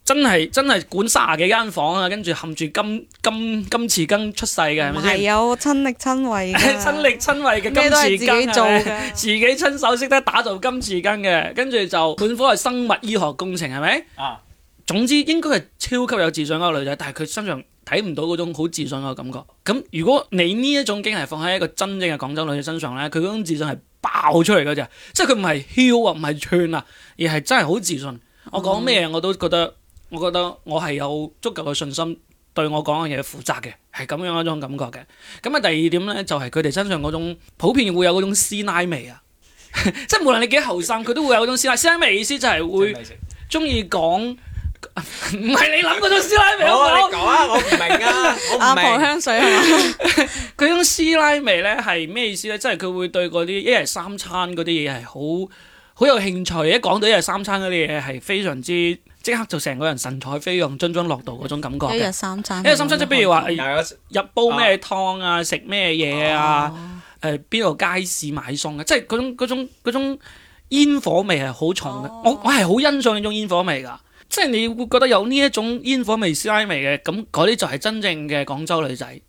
[SPEAKER 1] 真係真係管卅幾間房啊，跟住含住金金金匙羹出世嘅，係咪先？
[SPEAKER 2] 係啊，我親力親 為㗎，
[SPEAKER 1] 親力親為嘅金
[SPEAKER 2] 咩都係自
[SPEAKER 1] 匙羹
[SPEAKER 2] 己做
[SPEAKER 1] 係咪
[SPEAKER 2] 嘅。
[SPEAKER 1] 自己親手識得打造金匙羹嘅，跟住就本科係生物醫學工程係咪？
[SPEAKER 4] 啊，
[SPEAKER 1] 總之應該係超級有自信啊嗰個女仔，但係佢身上睇唔到嗰種好自信嘅感覺。咁如果你呢一種經歷放喺一個真正嘅廣州女仔身上咧，佢嗰種自信係爆出嚟嘅啫，即係佢唔係囂啊，唔係串啊，而係真係好自信。我講咩我都覺得，我覺得我係有足夠嘅信心對我講嘅嘢負責嘅，係咁樣一種感覺嘅。咁啊，第二點咧就係佢哋身上嗰種普遍會有嗰種師奶味啊， 即係無論你幾後生，佢都會有嗰種師奶師奶味，意思就係會中意講， 唔係你諗嗰種師奶味好唔
[SPEAKER 3] 好啊，
[SPEAKER 1] 好
[SPEAKER 3] 你？講啊，我唔明啊，我
[SPEAKER 2] 阿
[SPEAKER 3] 唔
[SPEAKER 2] 婆
[SPEAKER 3] 明。
[SPEAKER 2] 香水係嘛？
[SPEAKER 1] 佢種師奶味咧係咩意思咧？即係佢會對嗰啲一日三餐嗰啲嘢係好好有興趣，一講到一日三餐嗰啲嘢係非常之即刻就成個人神采飛揚、津津樂道嗰種感覺
[SPEAKER 2] 一
[SPEAKER 1] 嘅
[SPEAKER 2] 日。三餐，哦
[SPEAKER 1] 一日三餐即係譬如話
[SPEAKER 3] 又有
[SPEAKER 1] 入煲咩湯啊，食咩嘢
[SPEAKER 2] 哦
[SPEAKER 1] 啊，誒邊度街市買餸嘅，即係嗰種嗰種嗰種煙火味係好重嘅。
[SPEAKER 2] 哦
[SPEAKER 1] 我我係好欣賞呢種煙火味㗎，即係你會覺得有呢一種煙火味、師奶味嘅，咁嗰啲就係真正嘅廣州女仔。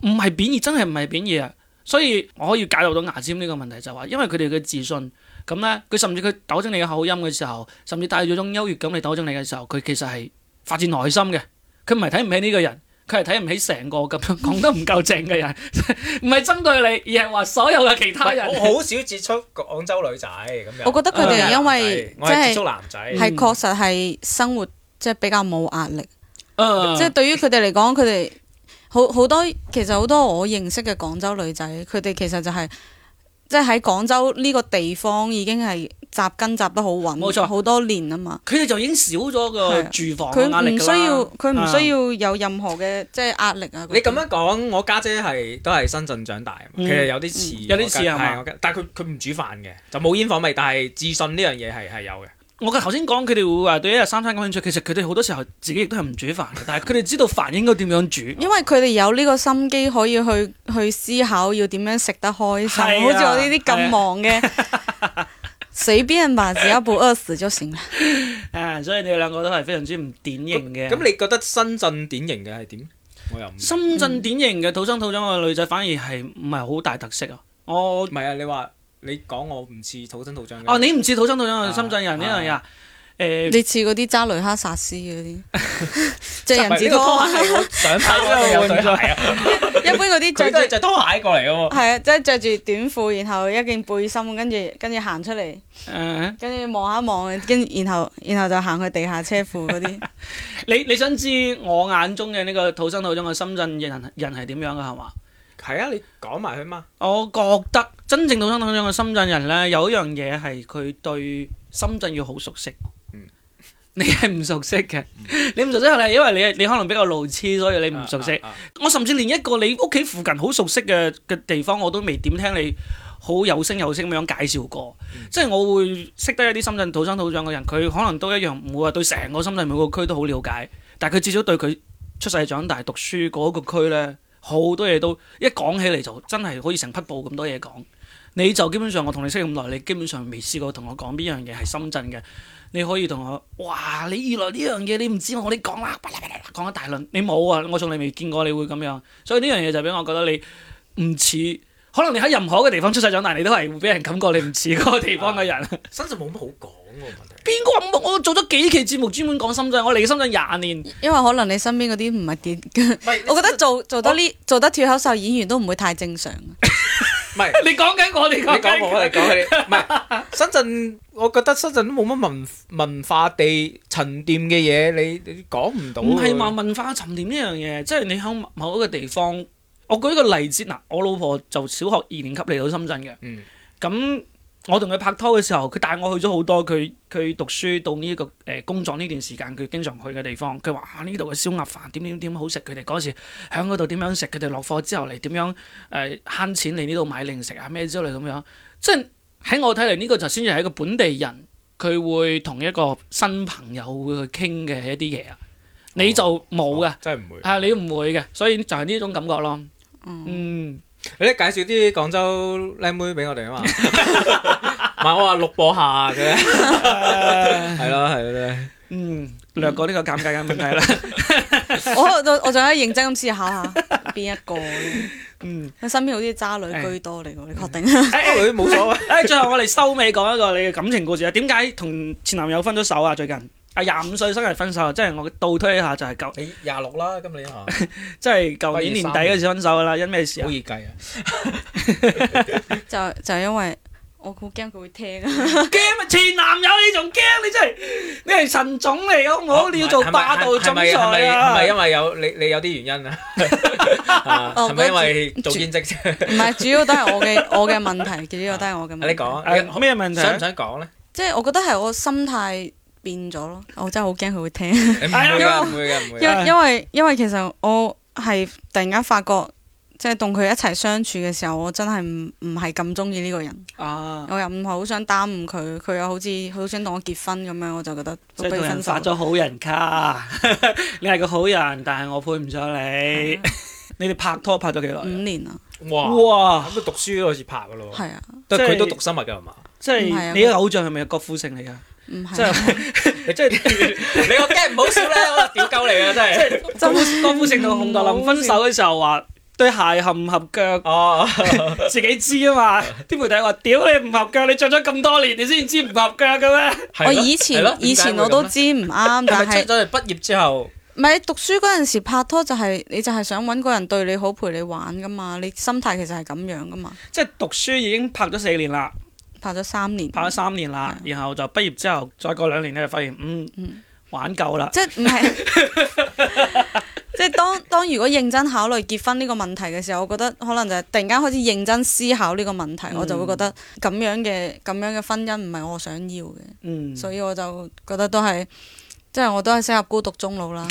[SPEAKER 1] 唔係貶義，真係唔係貶義啊！所以我可以解答到牙籤呢個問題，就係話因為佢哋嘅自信，咁呢，佢甚至佢糾正你嘅口音嘅時候，甚至帶住種優越感嚟糾正你嘅時候，佢其實係發自內心嘅，佢唔係睇唔起呢個人。佢係睇唔起成個咁 樣講得唔夠正嘅人，唔係針對你，而係話所有嘅其他人。
[SPEAKER 3] 我好少接觸廣州女仔咁樣。
[SPEAKER 2] 我覺得佢哋因為
[SPEAKER 3] 我哦係接
[SPEAKER 2] 即
[SPEAKER 3] 觸
[SPEAKER 2] 係
[SPEAKER 3] 男仔，
[SPEAKER 2] 係確實係生活即係比較冇壓力，
[SPEAKER 1] 呃
[SPEAKER 2] 即係對於佢哋嚟講，佢哋好好多其實好多我認識嘅廣州女仔，佢哋其實就係即係喺廣州呢個地方已經係扎根扎得好穩，
[SPEAKER 1] 冇錯
[SPEAKER 2] 好多年啊嘛。
[SPEAKER 1] 佢哋就已經少咗個
[SPEAKER 2] 係啊
[SPEAKER 1] 住房
[SPEAKER 2] 佢
[SPEAKER 1] 嘅壓力
[SPEAKER 2] 唔
[SPEAKER 1] 㗎
[SPEAKER 2] 需要
[SPEAKER 1] 啦，
[SPEAKER 2] 佢唔
[SPEAKER 1] 啊
[SPEAKER 2] 需要有任何嘅即係壓力啊。
[SPEAKER 3] 你咁樣講，我家姐係都係深圳長大啊嘛，
[SPEAKER 1] 嗯
[SPEAKER 3] 其實有啲似，
[SPEAKER 1] 有啲似係嘛
[SPEAKER 3] 我家？但係佢佢唔煮飯嘅，就冇煙火味，但係自信呢樣嘢係係有嘅。
[SPEAKER 1] 我頭先講佢哋會話對一日三餐感興趣，其實佢哋好多時候自己亦都係唔煮飯嘅，但係佢哋知道飯應該點樣煮。
[SPEAKER 2] 因為佢哋有呢個心機，可以去去思考要點樣食得開心，
[SPEAKER 1] 係啊
[SPEAKER 2] 好似我呢啲咁忙嘅， 隨便吧，只要不餓死就行啦。
[SPEAKER 1] 啊，所以你哋兩個都係非常之唔典型嘅。
[SPEAKER 3] 咁你覺得深圳典型嘅係點？我又唔唔
[SPEAKER 1] 深圳典型嘅土生土長嘅女仔，反而係唔係好大特色啊？我
[SPEAKER 3] 係啊！你話你講我唔似土生土長嘅
[SPEAKER 1] 哦，你唔似土生土長嘅深圳人呢
[SPEAKER 3] 啊
[SPEAKER 1] 樣嘢啊，誒
[SPEAKER 2] 你似嗰啲揸雷克薩斯嗰 啲，着
[SPEAKER 4] 唔係
[SPEAKER 2] 人字
[SPEAKER 4] 呢個
[SPEAKER 2] 拖啊，
[SPEAKER 4] 係我想拍嗰個有對鞋啊，
[SPEAKER 2] 一般嗰啲
[SPEAKER 4] 佢都
[SPEAKER 2] 着
[SPEAKER 4] 係
[SPEAKER 2] 住
[SPEAKER 4] 着拖鞋過嚟嘅喎。
[SPEAKER 2] 係啊，即係着住短褲，然後一件背心，跟住跟住行出嚟，
[SPEAKER 1] 誒
[SPEAKER 2] 跟住望一望，跟住然後然後就行去地下車庫 嗰啲。
[SPEAKER 1] 你你想知我眼中嘅呢個土生土長嘅深圳人人係點樣嘅係嘛？
[SPEAKER 3] 係啊，你講埋佢嘛。
[SPEAKER 1] 我覺得真正土生土長嘅深圳人呢，有一樣嘢係佢對深圳要好熟悉。
[SPEAKER 3] 嗯
[SPEAKER 1] 你係唔熟悉嘅，你唔熟悉係因為你你可能比較路痴，所以你唔熟悉。
[SPEAKER 3] 啊啊
[SPEAKER 1] 我甚至連一個你屋企附近好熟悉嘅嘅地方，我都未點聽你好有聲有聲咁樣介紹過。即係我會識得一啲深圳土生土長嘅人，佢可能都一樣唔會話對成個深圳每個區都好了解，但係佢至少對佢出世長大讀書嗰個區呢，好多嘢都一講起嚟就真係好似成匹布咁多嘢講。你就基本上我同你識咁耐，你基本上未試過同我講邊樣嘢係深圳嘅。你可以同我，哇！你原來呢樣嘢你唔知，我哋講啦，巴拉巴拉巴拉講一大輪。你冇啊，我從嚟未見過你會咁樣，所以呢樣嘢就俾我覺得你唔似。可能你喺任何一個地方出世長大，你都係會俾人感覺你唔似嗰個地方嘅人。
[SPEAKER 3] 深圳冇乜好講喎，問題。
[SPEAKER 1] 邊個話唔我做咗幾期節目專門講深圳，我嚟深圳廿年。
[SPEAKER 2] 因為可能你身邊嗰啲唔係幾， 我覺得做做得呢做得脱口秀演員都唔會太正常。啊
[SPEAKER 3] 唔係
[SPEAKER 1] 你講緊我，你
[SPEAKER 3] 你
[SPEAKER 1] 講
[SPEAKER 3] 講
[SPEAKER 1] 緊
[SPEAKER 3] 我，你講你。唔係深圳，我覺得深圳都冇乜文文化地沉澱嘅嘢，你你講唔到。
[SPEAKER 1] 唔係話文化沉澱呢樣嘢，即係你喺某一個地方。我舉一個例子嗱，我老婆就小學二年級嚟到深圳嘅。
[SPEAKER 3] 嗯
[SPEAKER 1] 咁我同佢拍拖嘅時候，佢帶我去咗好多佢佢讀書到呢、個誒、呃工作呢段時間，佢經常去嘅地方。佢話啊呢度嘅燒鴨飯點點點好食，佢哋嗰時喺嗰度點樣食，佢哋落課之後嚟點樣誒慳、錢嚟呢度買零食啊咩之類咁樣。即係喺我睇嚟，呢、個就先至係一個本地人，佢會同一個新朋友會去傾嘅一啲嘢啊。你就冇嘅，
[SPEAKER 3] 哦，真係唔會。
[SPEAKER 1] 啊你唔會嘅，所以就係呢種感覺咯。嗯，
[SPEAKER 3] 你介紹啲廣州靚妹俾 我哋啊嘛。唔係我話錄播下嘅，係咯係咯。
[SPEAKER 1] 嗯，略過呢個尷尬嘅問題啦。
[SPEAKER 2] 我我我仲喺認真咁思 考下邊一個咧。
[SPEAKER 1] 嗯。
[SPEAKER 2] 佢身邊好似渣女居多嚟喎，你確
[SPEAKER 4] 嗯
[SPEAKER 2] 定？
[SPEAKER 1] 誒
[SPEAKER 3] 女冇所謂。
[SPEAKER 1] 誒，哎最後我哋收尾講一個你嘅感情故事啊。點解同前男友分咗手啊？最近啊，廿五歲生日分手，啊即係我倒推一下就係 舊，
[SPEAKER 5] 你廿六啦，今年嚇，好
[SPEAKER 1] 即係舊年年底嗰時分手噶啦。因咩事啊？
[SPEAKER 5] 易計啊！
[SPEAKER 2] 就就因為我好驚佢會聽啊！
[SPEAKER 1] 驚啊！前男友你仲驚？你真係你係神種嚟嘅，我好你要做霸道
[SPEAKER 5] 係
[SPEAKER 1] 總
[SPEAKER 5] 咪
[SPEAKER 1] 裁
[SPEAKER 5] 係咪
[SPEAKER 1] 啊！
[SPEAKER 5] 因為有你你有啲原因啊？
[SPEAKER 2] 哦
[SPEAKER 5] 係咪因為
[SPEAKER 2] 嗰
[SPEAKER 5] 做兼職啫？
[SPEAKER 2] 唔係，主要都係我嘅 我嘅問題，主要都係我嘅問題。
[SPEAKER 5] 啊你講，
[SPEAKER 1] 誒咩問題
[SPEAKER 5] 想
[SPEAKER 1] 啊
[SPEAKER 5] 唔？想講咧？
[SPEAKER 2] 即係我覺得係我心態變咗咯，我真係好驚佢 會聽，
[SPEAKER 5] 你唔會㗎，唔會㗎，唔會㗎。
[SPEAKER 2] 因因為因為其實我係突然間發覺，即係同佢一齊相處嘅時候，我真係唔唔係咁中意呢個人，
[SPEAKER 1] 啊，
[SPEAKER 2] 我又唔係好想耽誤佢，佢又好似好想同我結婚咁樣，我就覺得
[SPEAKER 1] 即係
[SPEAKER 2] 俾
[SPEAKER 1] 同
[SPEAKER 2] 佢
[SPEAKER 1] 人
[SPEAKER 2] 分手
[SPEAKER 1] 發。咗好人卡， 你係個好人，但係我配唔上你。你哋拍拖拍咗幾
[SPEAKER 2] 五
[SPEAKER 1] 耐？啊
[SPEAKER 2] 年啦，
[SPEAKER 3] 哇！
[SPEAKER 1] 哇！
[SPEAKER 3] 咁佢讀書都開始拍噶咯喎，
[SPEAKER 2] 係啊，
[SPEAKER 3] 但係
[SPEAKER 1] 即係
[SPEAKER 3] 佢都讀生物㗎係嘛？
[SPEAKER 1] 即
[SPEAKER 2] 唔係
[SPEAKER 1] 係
[SPEAKER 2] 啊
[SPEAKER 1] 你嘅偶像係咪郭富城嚟㗎？
[SPEAKER 2] 唔
[SPEAKER 1] 即係
[SPEAKER 2] 係。啊
[SPEAKER 5] 你真係你個 game 唔好笑咧，我就屌鳩你啊！真係。
[SPEAKER 1] 郭富郭富城同洪德林分手嘅時候話對鞋合唔合 腳，
[SPEAKER 5] 哦，
[SPEAKER 1] 自己知啊嘛。啲媒體話：屌你唔合腳，你着咗咁多年，你先知唔合腳嘅咩？
[SPEAKER 5] 係咯
[SPEAKER 2] 我以前
[SPEAKER 5] 係咯
[SPEAKER 2] 以前我都
[SPEAKER 5] 點
[SPEAKER 2] 知唔啱，
[SPEAKER 5] 啊解會咁咧係咪
[SPEAKER 2] 但係
[SPEAKER 5] 出咗嚟畢業之後，
[SPEAKER 2] 唔係讀書嗰陣時拍拖就係、你就係想揾個人對你好陪你玩噶嘛，你心態其實係咁樣噶嘛，
[SPEAKER 1] 即係讀書已經拍咗四年啦，
[SPEAKER 2] 拍咗三年，
[SPEAKER 1] 拍咗三年啦，然後就畢業之後再過兩年咧，就發現嗯
[SPEAKER 2] 嗯
[SPEAKER 1] 玩夠啦。
[SPEAKER 2] 即係唔係即係當當如果認真考慮結婚呢個問題嘅時候，我覺得可能就係突然間開始認真思考呢個問題，我就會覺得咁樣嘅咁樣嘅婚姻唔係我想要嘅，
[SPEAKER 1] 嗯，
[SPEAKER 2] 所以我就覺得都係即係我都係適合孤獨終老啦。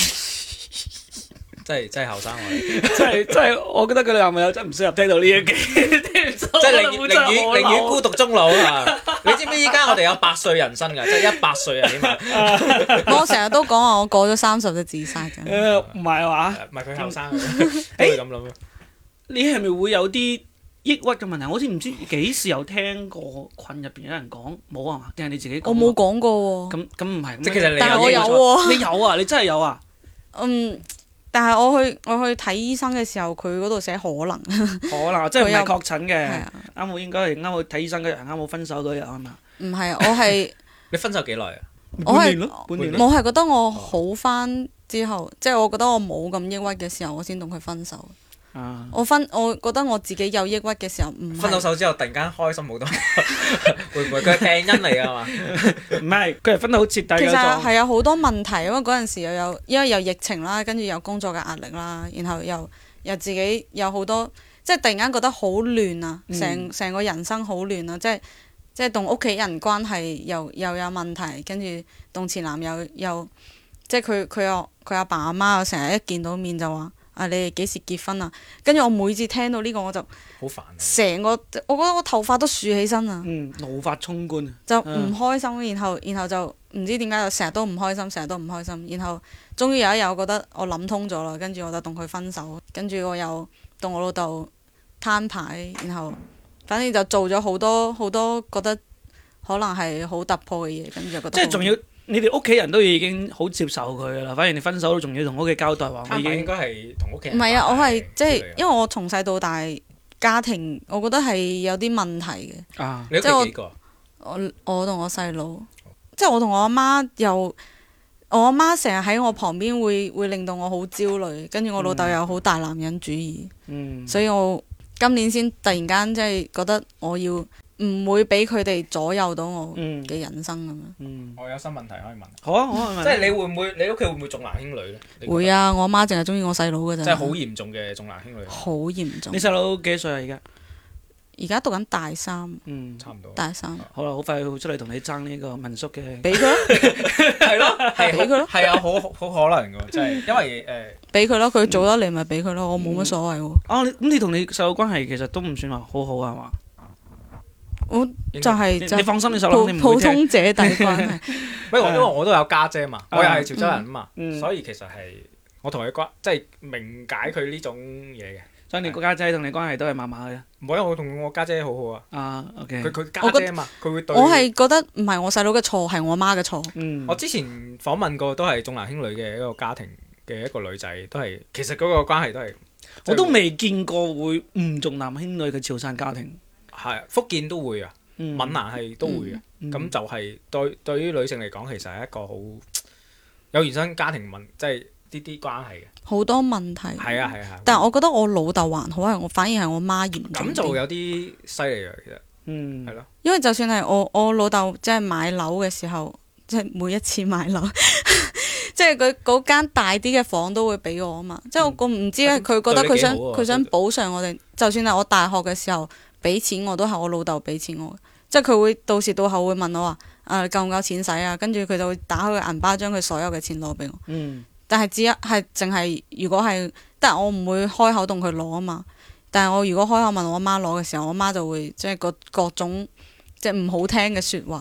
[SPEAKER 5] 真係真係後生我哋。
[SPEAKER 1] 即係即係，我覺得佢哋男朋友真係唔適合聽到呢一句，
[SPEAKER 5] 即
[SPEAKER 1] 即
[SPEAKER 5] 係寧願寧願寧願孤獨終老啊！你知唔知依家我哋有百歲人生㗎，即係一百歲啊，起碼
[SPEAKER 2] 我成日都講話我過咗三十就自殺㗎。
[SPEAKER 1] 誒唔係
[SPEAKER 2] 啊
[SPEAKER 1] 話。
[SPEAKER 3] 唔係佢後 生，都會咁諗。啊
[SPEAKER 1] 你係咪會有啲抑鬱嘅問題？我好似唔知幾時有聽過群入邊有人講冇啊嘛，定係你自己講啊？
[SPEAKER 2] 我冇講過喎，
[SPEAKER 1] 咁咁唔係，
[SPEAKER 5] 即係其實你
[SPEAKER 2] 但係
[SPEAKER 5] 有
[SPEAKER 2] 我
[SPEAKER 5] 抑
[SPEAKER 2] 有
[SPEAKER 5] 鬱
[SPEAKER 2] 喎。
[SPEAKER 1] 你有啊？你真係有啊？
[SPEAKER 2] 嗯，但係我去我去睇醫生嘅時候，佢嗰度寫可能
[SPEAKER 1] 可能啊即係唔係確診
[SPEAKER 2] 係
[SPEAKER 1] 嘅，
[SPEAKER 2] 啊，
[SPEAKER 1] 啱好應該係啱好睇醫生嗰日，啱好分手嗰日啊嘛。
[SPEAKER 2] 唔係我係
[SPEAKER 5] 你分手幾耐啊？
[SPEAKER 2] 我係
[SPEAKER 1] 半年咯，半年咯。
[SPEAKER 2] 我係覺得我好翻之後，即係我覺得我冇咁抑鬱嘅時候，我先同佢分手。
[SPEAKER 1] 啊，
[SPEAKER 2] 我分，我覺得我自己有抑鬱嘅時候，唔係
[SPEAKER 5] 分到手之後突然間開心 好多，會唔會佢係病因嚟㗎嘛？
[SPEAKER 1] 唔係，佢係分得好徹底
[SPEAKER 2] 其實
[SPEAKER 1] 嗰種。
[SPEAKER 2] 係有好多問題，因為嗰陣時又有，因為有疫情啦，跟住有工作嘅壓力啦，然後又又自己有好多，即係突然間覺得好亂啊，
[SPEAKER 1] 嗯
[SPEAKER 2] 成成、個人生好亂啊，即係即係同屋企人關係又又有問題，跟住同前男友又即係佢佢又佢阿爸阿媽又成日一見到面就話啊你哋幾時結婚啊？跟住我每次聽到呢個我就
[SPEAKER 3] 好煩啊。
[SPEAKER 2] 成個，我覺得我頭髮都豎起身啊！
[SPEAKER 1] 嗯，怒髮衝冠啊！
[SPEAKER 2] 就唔開心，然後然後就唔知點解就成日都唔開心，成日都唔開心。然後終於有一日，我覺得我諗通咗啦，跟住我就同佢分手，跟住我又同我老豆攤牌，然後反正就做咗好多好多覺得可能係好突破嘅嘢，跟住就覺得
[SPEAKER 1] 即係仲要你哋屋企人都已經好接受佢噶啦，反而你分手都仲要同屋企交代話我已
[SPEAKER 3] 攤牌應
[SPEAKER 1] 經
[SPEAKER 3] 該係同屋企
[SPEAKER 2] 唔
[SPEAKER 3] 人
[SPEAKER 2] 係啊，我係即係因為
[SPEAKER 3] 為
[SPEAKER 2] 我從細到大家庭，我覺得係有啲問題嘅。
[SPEAKER 1] 啊，
[SPEAKER 3] 你屋
[SPEAKER 2] 即係我
[SPEAKER 3] 企幾個？
[SPEAKER 2] 我我同我細佬，即係我同我阿媽又，我阿媽成日喺我旁邊會會令到我好焦慮，跟住我老豆又好大男人主義，
[SPEAKER 1] 嗯，
[SPEAKER 2] 所以我今年先突然間即係覺得我要唔會俾佢哋左右到我
[SPEAKER 1] 嗯
[SPEAKER 2] 嘅人生咁樣。
[SPEAKER 1] 嗯，
[SPEAKER 3] 我有新問題可以問，
[SPEAKER 1] 好啊好啊，
[SPEAKER 3] 即係你會唔會你屋企會唔會重男輕女咧？你覺得
[SPEAKER 2] 會，啊，我阿媽淨係中意我細佬㗎咋，
[SPEAKER 3] 即係好嚴重嘅重男輕女，
[SPEAKER 2] 好嚴重
[SPEAKER 1] 你。細佬幾歲啊？而家
[SPEAKER 2] 而家讀緊大三，
[SPEAKER 1] 嗯，
[SPEAKER 3] 差唔多。
[SPEAKER 2] 大三
[SPEAKER 1] 好啦，好快佢會出嚟同你爭呢個民宿嘅。
[SPEAKER 2] 俾佢咯，
[SPEAKER 3] 係咯，係
[SPEAKER 2] 俾佢咯
[SPEAKER 3] 係啊，好好可能㗎喎，即 係因為誒。
[SPEAKER 2] 俾佢咯，佢做得嚟咪俾佢咯，我冇乜所謂喎。
[SPEAKER 1] 哦，你咁你同你細佬關係其實都唔算話好好啊，係嘛？
[SPEAKER 2] 我
[SPEAKER 3] 應該
[SPEAKER 2] 就係
[SPEAKER 1] 你
[SPEAKER 2] 就
[SPEAKER 1] 你放心，你細佬
[SPEAKER 2] 普
[SPEAKER 1] 肯定唔會
[SPEAKER 2] 普
[SPEAKER 1] 聽。
[SPEAKER 2] 通姐弟關係。啊
[SPEAKER 3] 不過因為我都有家姐嘛，我又係潮州人啊嘛
[SPEAKER 1] 嗯，
[SPEAKER 3] 所以其實係我同佢關，即係明解佢呢種嘢嘅。
[SPEAKER 1] 所以你個家姐同你關係都係麻麻嘅。
[SPEAKER 3] 唔好因為我同我家姐好好啊，
[SPEAKER 1] 啊，OK，
[SPEAKER 3] 佢佢家姐啊嘛，佢會對
[SPEAKER 2] 我係覺得唔係我細佬嘅錯，係我媽嘅錯。
[SPEAKER 1] 嗯，
[SPEAKER 3] 我之前訪問過都係重男輕女嘅一個家庭嘅一個女仔，都係其實嗰個關係都係
[SPEAKER 1] 我都未見過會唔重男輕女嘅潮汕家庭。
[SPEAKER 3] 係福建都會啊，
[SPEAKER 1] 嗯，
[SPEAKER 3] 閩南係都會啊。
[SPEAKER 1] 嗯
[SPEAKER 3] 咁就係對對於女性嚟講，其實係一個好有原生家庭問，即係呢啲關係嘅。
[SPEAKER 2] 好多問題。
[SPEAKER 3] 係啊係啊，
[SPEAKER 2] 但係我覺得我老豆還好，係我反而係我媽嚴重
[SPEAKER 3] 咁
[SPEAKER 2] 啲
[SPEAKER 3] 就有啲犀利啊，其實
[SPEAKER 1] 嗯
[SPEAKER 3] 係咯。
[SPEAKER 2] 因為就算係我我老豆即係買樓嘅時候，即係每一次買樓， 即係佢嗰間大啲嘅房都會俾我啊嘛。即係我我唔知咧，佢覺得佢想
[SPEAKER 3] 嗯對你幾好啊
[SPEAKER 2] 佢想補償我哋。就算係我大學嘅時候俾錢，我都係我老豆俾錢我嘅。即係佢會到時到後會問我話：誒、夠唔夠錢使啊？跟住佢就會打開個銀包，將佢所有嘅錢攞俾我。
[SPEAKER 1] 嗯
[SPEAKER 2] 但係只一係淨係如果係，但係我唔會開口同佢攞啊嘛。但係我如果開口問我阿媽攞嘅時候，我阿媽就會即係各各種即係唔好聽嘅説話。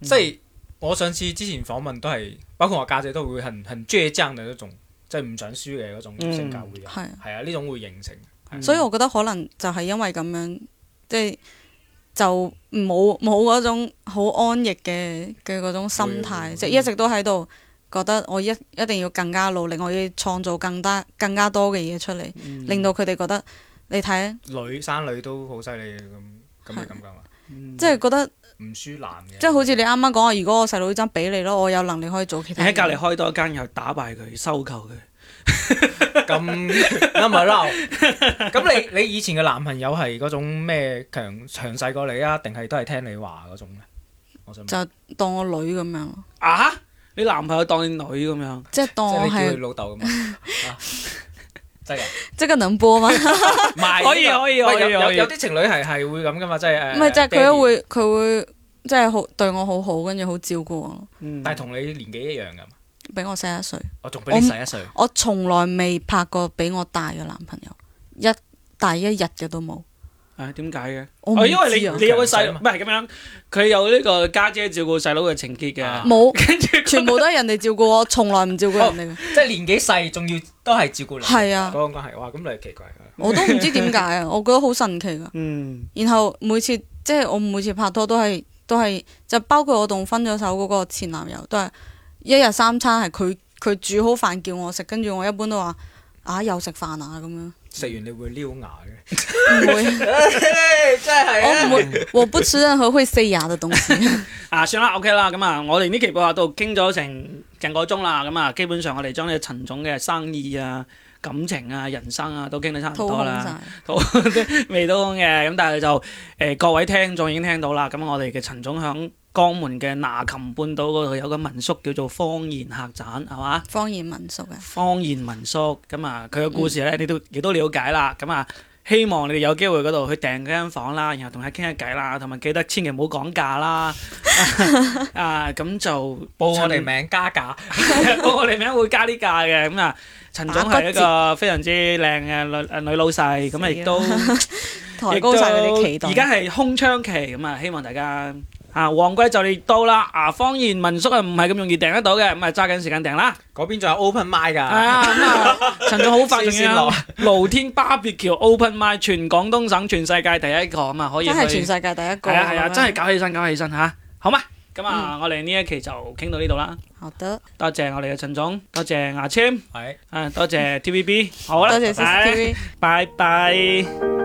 [SPEAKER 1] 嗯
[SPEAKER 3] 即係我上次之前訪問都係，包括我家姐都會很很倔強嘅嗰種，即係唔想輸嘅嗰種
[SPEAKER 1] 嗯
[SPEAKER 3] 性格會有。
[SPEAKER 2] 係
[SPEAKER 3] 係啊，呢種會形成。
[SPEAKER 2] 嗯所以我覺得可能就係因為咁樣，即係就冇冇嗰種好安逸嘅嘅嗰種心
[SPEAKER 3] 會
[SPEAKER 2] 態，
[SPEAKER 3] 會
[SPEAKER 2] 即係一直都喺度覺得我一一定要更加努力，我要創造更加更加多嘅嘢出嚟，令到佢哋覺得你睇，啊
[SPEAKER 3] 女生女都好犀利嘅咁，咁係咁噶 嘛，
[SPEAKER 1] 嗯
[SPEAKER 2] 即係覺得。
[SPEAKER 3] 唔輸男嘅。
[SPEAKER 2] 即係好似你啱啱講話，如果我細佬張俾你咯，我有能力可以做其
[SPEAKER 1] 你
[SPEAKER 2] 他嘢。
[SPEAKER 1] 喺隔離開多一間又打敗佢，收購佢。
[SPEAKER 3] 咁啱咪啦？咁你你以前嘅男朋友係嗰種咩強強勢過你啊？定係都係聽你話嗰種咧？我想問
[SPEAKER 2] 就當我女咁樣咯，
[SPEAKER 1] 啊！你男朋友當你女咁樣，
[SPEAKER 2] 即係當
[SPEAKER 3] 即係
[SPEAKER 2] 我
[SPEAKER 3] 你叫佢
[SPEAKER 2] 係
[SPEAKER 3] 老豆咁啊？啊真係
[SPEAKER 2] 即係 能播嘛？唔
[SPEAKER 3] 唔係
[SPEAKER 1] 可以
[SPEAKER 3] 呢個
[SPEAKER 1] 可以
[SPEAKER 3] 唔係
[SPEAKER 1] 可以
[SPEAKER 3] 有
[SPEAKER 1] 可
[SPEAKER 3] 有
[SPEAKER 1] 以
[SPEAKER 3] 有啲情侶係係會咁噶嘛？即係誒，
[SPEAKER 2] 係即係
[SPEAKER 3] 爹哋
[SPEAKER 2] 佢會佢會即係好對我好好，跟住好照顧我咯，
[SPEAKER 1] 嗯
[SPEAKER 3] 但係同你年紀一樣噶嘛？
[SPEAKER 2] 比我細一歲。
[SPEAKER 3] 我仲比你
[SPEAKER 2] 我
[SPEAKER 3] 細一歲。
[SPEAKER 2] 我從來未拍過比我大嘅男朋友，一大一日嘅都冇。
[SPEAKER 1] 誒啊點解嘅？
[SPEAKER 2] 我唔
[SPEAKER 1] 哦，因為
[SPEAKER 2] 知
[SPEAKER 1] 你
[SPEAKER 2] 啊
[SPEAKER 1] 你有個細
[SPEAKER 3] 強勢嘛
[SPEAKER 1] 唔係咁樣，佢有呢個家姐照顧細佬嘅情結嘅
[SPEAKER 3] 啊。
[SPEAKER 2] 冇，
[SPEAKER 1] 跟住
[SPEAKER 2] 全部都係人哋照顧我，從來唔照顧人哋嘅。
[SPEAKER 3] 即係年紀細，仲要都係
[SPEAKER 1] 哦
[SPEAKER 3] 照顧你。
[SPEAKER 2] 係
[SPEAKER 3] 嗰
[SPEAKER 2] 啊，
[SPEAKER 3] 個關係，哇！咁你係奇怪㗎。
[SPEAKER 2] 我都唔知點解啊，我覺得好神奇㗎。
[SPEAKER 1] 嗯
[SPEAKER 2] 然後每次即係我每次拍拖都係都係就包括我同分咗手嗰個前男友都係一日三餐係佢佢煮好飯叫我食，跟住我一般都話啊又食飯啊咁樣，
[SPEAKER 3] 食完你會撩牙嘅。
[SPEAKER 2] 唔
[SPEAKER 1] 啊
[SPEAKER 2] 會，
[SPEAKER 5] 真係啊
[SPEAKER 2] 我唔會，我不吃任何會塞牙嘅 東西。
[SPEAKER 1] 啊，算啦，OK 啦，咁啊，我哋呢期播客度傾咗成成個鐘啦，咁啊，基本上我哋將呢陳總嘅生意啊、感情啊、人生啊都傾得差唔
[SPEAKER 2] 掏
[SPEAKER 1] 多
[SPEAKER 2] 空
[SPEAKER 1] 啦，
[SPEAKER 2] 晒，
[SPEAKER 1] 都 未到空嘅，咁但係就誒、各位聽眾已經聽到啦，咁我哋嘅陳總響江門嘅那琴半島嗰度有個民宿叫做方言客棧，係嘛？
[SPEAKER 2] 方言民宿啊，
[SPEAKER 1] 方言民宿，咁啊佢嘅故事咧，你都亦都了解啦，咁啊。希望你哋有機會嗰度去訂嗰間房啦，然後同佢傾下偈啦，同埋記得千祈唔好講價 啦。 啊，咁就
[SPEAKER 3] 報我
[SPEAKER 1] 趁
[SPEAKER 3] 哋名加價，
[SPEAKER 1] 報我哋名會加啲價嘅。咁啊，陳總係一個非常之靚嘅女誒女老細，咁啊亦都
[SPEAKER 2] 抬高晒佢哋期待。
[SPEAKER 1] 而家係空窗期，咁啊希望大家啊旺季就嚟到啦。啊，方言民宿啊唔係咁容易訂得到嘅，咁啊揸緊時間訂啦。
[SPEAKER 3] 嗰邊仲有 open mic 㗎。
[SPEAKER 1] 啊咁啊，陳總好快仲
[SPEAKER 3] 先
[SPEAKER 1] 有
[SPEAKER 3] 落
[SPEAKER 1] 露天巴別橋 open mic，全廣東省全世界第一個咁啊，可以
[SPEAKER 2] 真係
[SPEAKER 1] 去
[SPEAKER 2] 全世界第一個。
[SPEAKER 1] 係啊係啊，真係
[SPEAKER 2] 咁樣。嗯
[SPEAKER 1] 搞起身搞起身吓，好嘛？咁啊，我哋呢一期就傾到呢度啦，
[SPEAKER 2] 好得，
[SPEAKER 1] 多謝我哋嘅陳總，多謝牙籤，
[SPEAKER 3] 係
[SPEAKER 1] 啊多謝 TVB，好啦，
[SPEAKER 2] 多謝
[SPEAKER 1] 拜
[SPEAKER 2] CCTV。
[SPEAKER 1] 拜拜。
[SPEAKER 2] 拜拜。